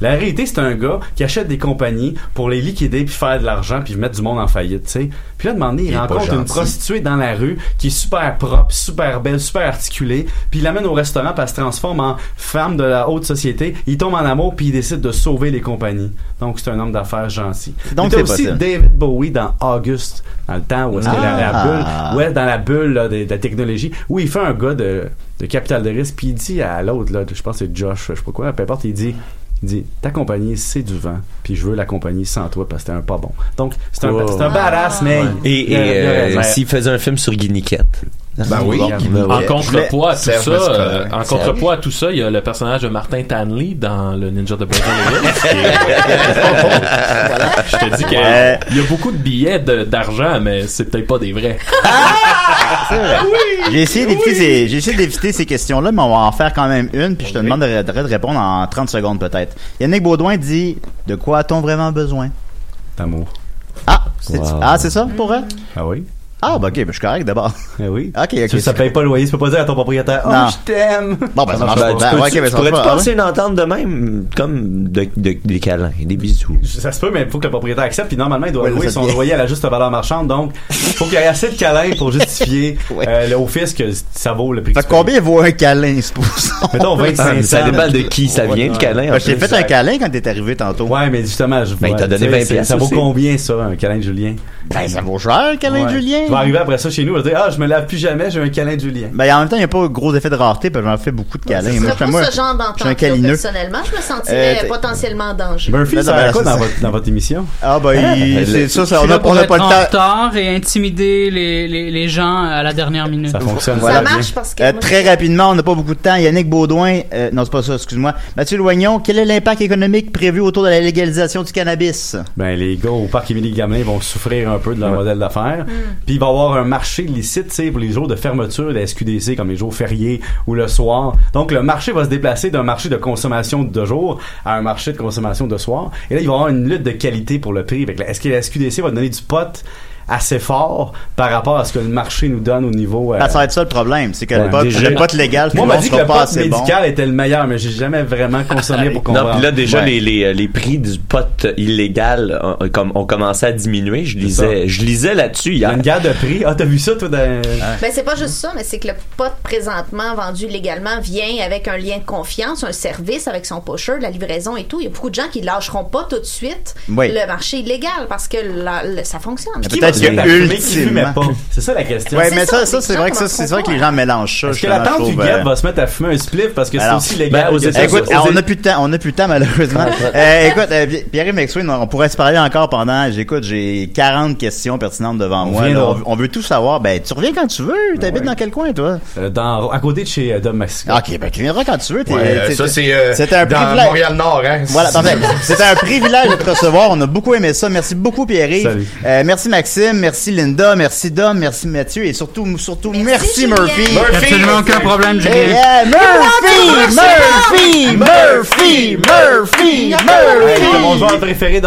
La réalité, c'est un gars qui achète des compagnies pour les liquider puis faire de l'argent puis mettre du monde en faillite, tu sais. Puis là, de moment donné, il,
Il est pas
rencontre une
gentil.
prostituée dans la rue qui est super propre, super belle, super articulée, puis il l'amène au restaurant puis elle se transforme en femme de la haute société. Il tombe en amour puis il décide de sauver les compagnies. Donc, c'est un homme d'affaires gentil.
Donc,
Puis t'as
c'est
aussi
possible.
David Bowie dans August, dans le temps où est-ce que la- la
Ah.
bulle, Ouais, dans la bulle là, de, de la technologie, où il fait un gars de, de capital de risque, puis il dit à l'autre, là, je pense que c'est Josh, je sais pas quoi, peu importe, il dit, il dit ta compagnie, c'est du vent, puis je veux la compagnie sans toi parce que t'es un pas bon. Donc, c'est un,
Wow.
c'est un badass, mais.
Et,
il-
et,
il- il-
euh,
il-
s'il faisait un film sur Guiniquette. Bah
Ben oui.
En contrepoids à tout
Serge
ça, euh,
Mascala.
en contrepoids à tout ça, il y a le personnage de Martin Tanley dans le Ninja de Brazil. Je te dis qu'il
Ouais.
y a beaucoup de billets de- d'argent, mais c'est peut-être pas des vrais.
Ah,
J'ai essayé d'éviter ces- j'ai essayé d'éviter ces questions-là, mais on va en faire quand même une, puis je te demande de, ré- de répondre en 30 secondes peut-être. Yannick Baudouin dit De quoi a-t-on vraiment besoin
D'amour.
Ah, c'est ah, c'est ça pour vrai
Ah oui
Ah, bah ok, ben, je suis correct d'abord.
Ah oui
Ok, ok.
Tu- ça paye pas le loyer, tu peux pas dire à ton propriétaire, oh,
Non.
je t'aime.
Bon, ben, ça marche pas.
Ben, tu
Ben,
peux-
ouais, ok,
tu-
ben,
tu
ça marche
pourrais-tu
pas.
passer une entente de même, comme de, de- des câlins, des bisous.
Ça se peut, mais il faut que le propriétaire accepte. Puis normalement, il doit
Ouais, là,
louer
ça
son
devient-
loyer à la juste valeur marchande. Donc, faut qu'il y ait assez de câlins pour justifier euh, le- au fisc que ça vaut le prix.
Fait que combien vaut un câlin, c'est pour ça?
Mettons 25
Ça
cents.
dépend de qui ça vient, le câlin, en
Ben, je t'ai
plus.
fait un câlin quand t'es arrivé tantôt.
Ouais, mais justement, je
Ben, il t'a donné
tu sais,
20
c'est-
piastres
Ça vaut
aussi.
combien, ça, un câlin de Julien?
Ben, ça vaut cher, un câlin de
Ouais.
Julien.
Je vais arriver après ça chez nous, je vais dire, ah, je me lave plus jamais, j'ai un câlin de Julien.
Ben, en même temps, il n'y a pas gros effet de rareté, parce que j'en fais beaucoup de câlins.
Ce
Moi, je
serait
fais-
pas
moi,
ce genre
je suis un
d'entente
câlineux.
personnellement. Je me sentirais
Euh, t'es-
potentiellement en danger.
Murphy,
Ben,
ça
non,
va
ben,
quoi
ça,
dans
ça-
votre, dans votre émission?
Ah,
Hein?
ben, il- c'est ça, ça, on n'a
Là, pour
pas
être en
le temps.
retard et intimider les, les, les gens à la dernière minute.
Ça fonctionne,
voilà.
parce
Euh, très rapidement, on n'a pas beaucoup de temps. Yannick Baudouin, euh, non, c'est pas ça, excuse-moi. Mathieu Loignon, quel est l'impact économique prévu autour de la légalisation du cannabis?
Ben, les gars au parc Émilie Gamelin vont souffrir un peu de leur modèle d'affaires. Puis il va y avoir un marché licite, tu sais, pour les jours de fermeture des SQDC, comme les jours fériés ou le soir. Donc le marché va se déplacer d'un marché de consommation de jour à un marché de consommation de soir. Et là, il va y avoir une lutte de qualité pour le prix. Fait que la- Est-ce que la SQDC va donner du pot assez fort par rapport à ce que le marché nous donne au niveau... euh,
Ah, ça va être ça le problème, c'est que
Ouais.
le, pot,
Déjà-
le pot légal,
Moi, on
tout le
m'a
monde
dit que
sera
le
pas
pot
assez bon.
médical était le meilleur, mais j'ai jamais vraiment consommé pour comprendre.
Non, puis là, déjà,
Ouais.
les, les, euh, les prix du pot illégal ont, ont comme, ont commencé à diminuer. Je
ça.
lisais, je lisais là-dessus hier.
Une guerre de prix. Ah, t'as vu ça, toi, dans...
Ben, c'est pas juste ça, mais c'est que le pot présentement vendu légalement vient avec un lien de confiance, un service avec son pusher, la livraison et tout. Il y a beaucoup de gens qui lâcheront pas tout de suite
Oui.
le marché illégal parce que la- le- ça fonctionne.
Peut-être
Est-ce que t'as fumé qui fumait pas? C'est ça la question.
Ouais, mais ça, ça, c'est vrai que ça, c'est vrai que les gens mélangent ça.
Est-ce que
justement,
la
je
tante du
trouve,
Gap
euh,
va se mettre à fumer un spliff parce que c'est
Alors,
aussi légal
ben,
aux États-Unis?
Écoute, on n'a plus de temps, on n'a plus de temps malheureusement. Euh, écoute, euh, Pi- Pierre-Yves McSween, on pourrait se parler encore pendant. J'écoute, j'ai 40 questions pertinentes devant
On
moi. là.
viendra.
on, on veut tout savoir. Ben, tu reviens quand tu veux. T'habites dans quel coin, toi
Euh, dans, à côté de chez euh, Dom Mexico.
Ok, ben tu viendras quand tu veux. t'es-
Ouais, euh,
t'es-
ça,
t'es-
c'est, euh,
c'était un
dans
privilège.
Montréal-Nord, hein.
Voilà, parfait. C'était un privilège de te recevoir. On a beaucoup aimé ça. Merci beaucoup, Pierre.
Salut.
merci Maxime, merci Linda, merci Dom, merci Mathieu et surtout, surtout merci,
Julien.
Murphy.
Murphy. Absolument aucun problème, Julien.
Eh, eh, Murphy, Murphy, Murphy, Murphy, Murphy.
Mon joueur préféré dans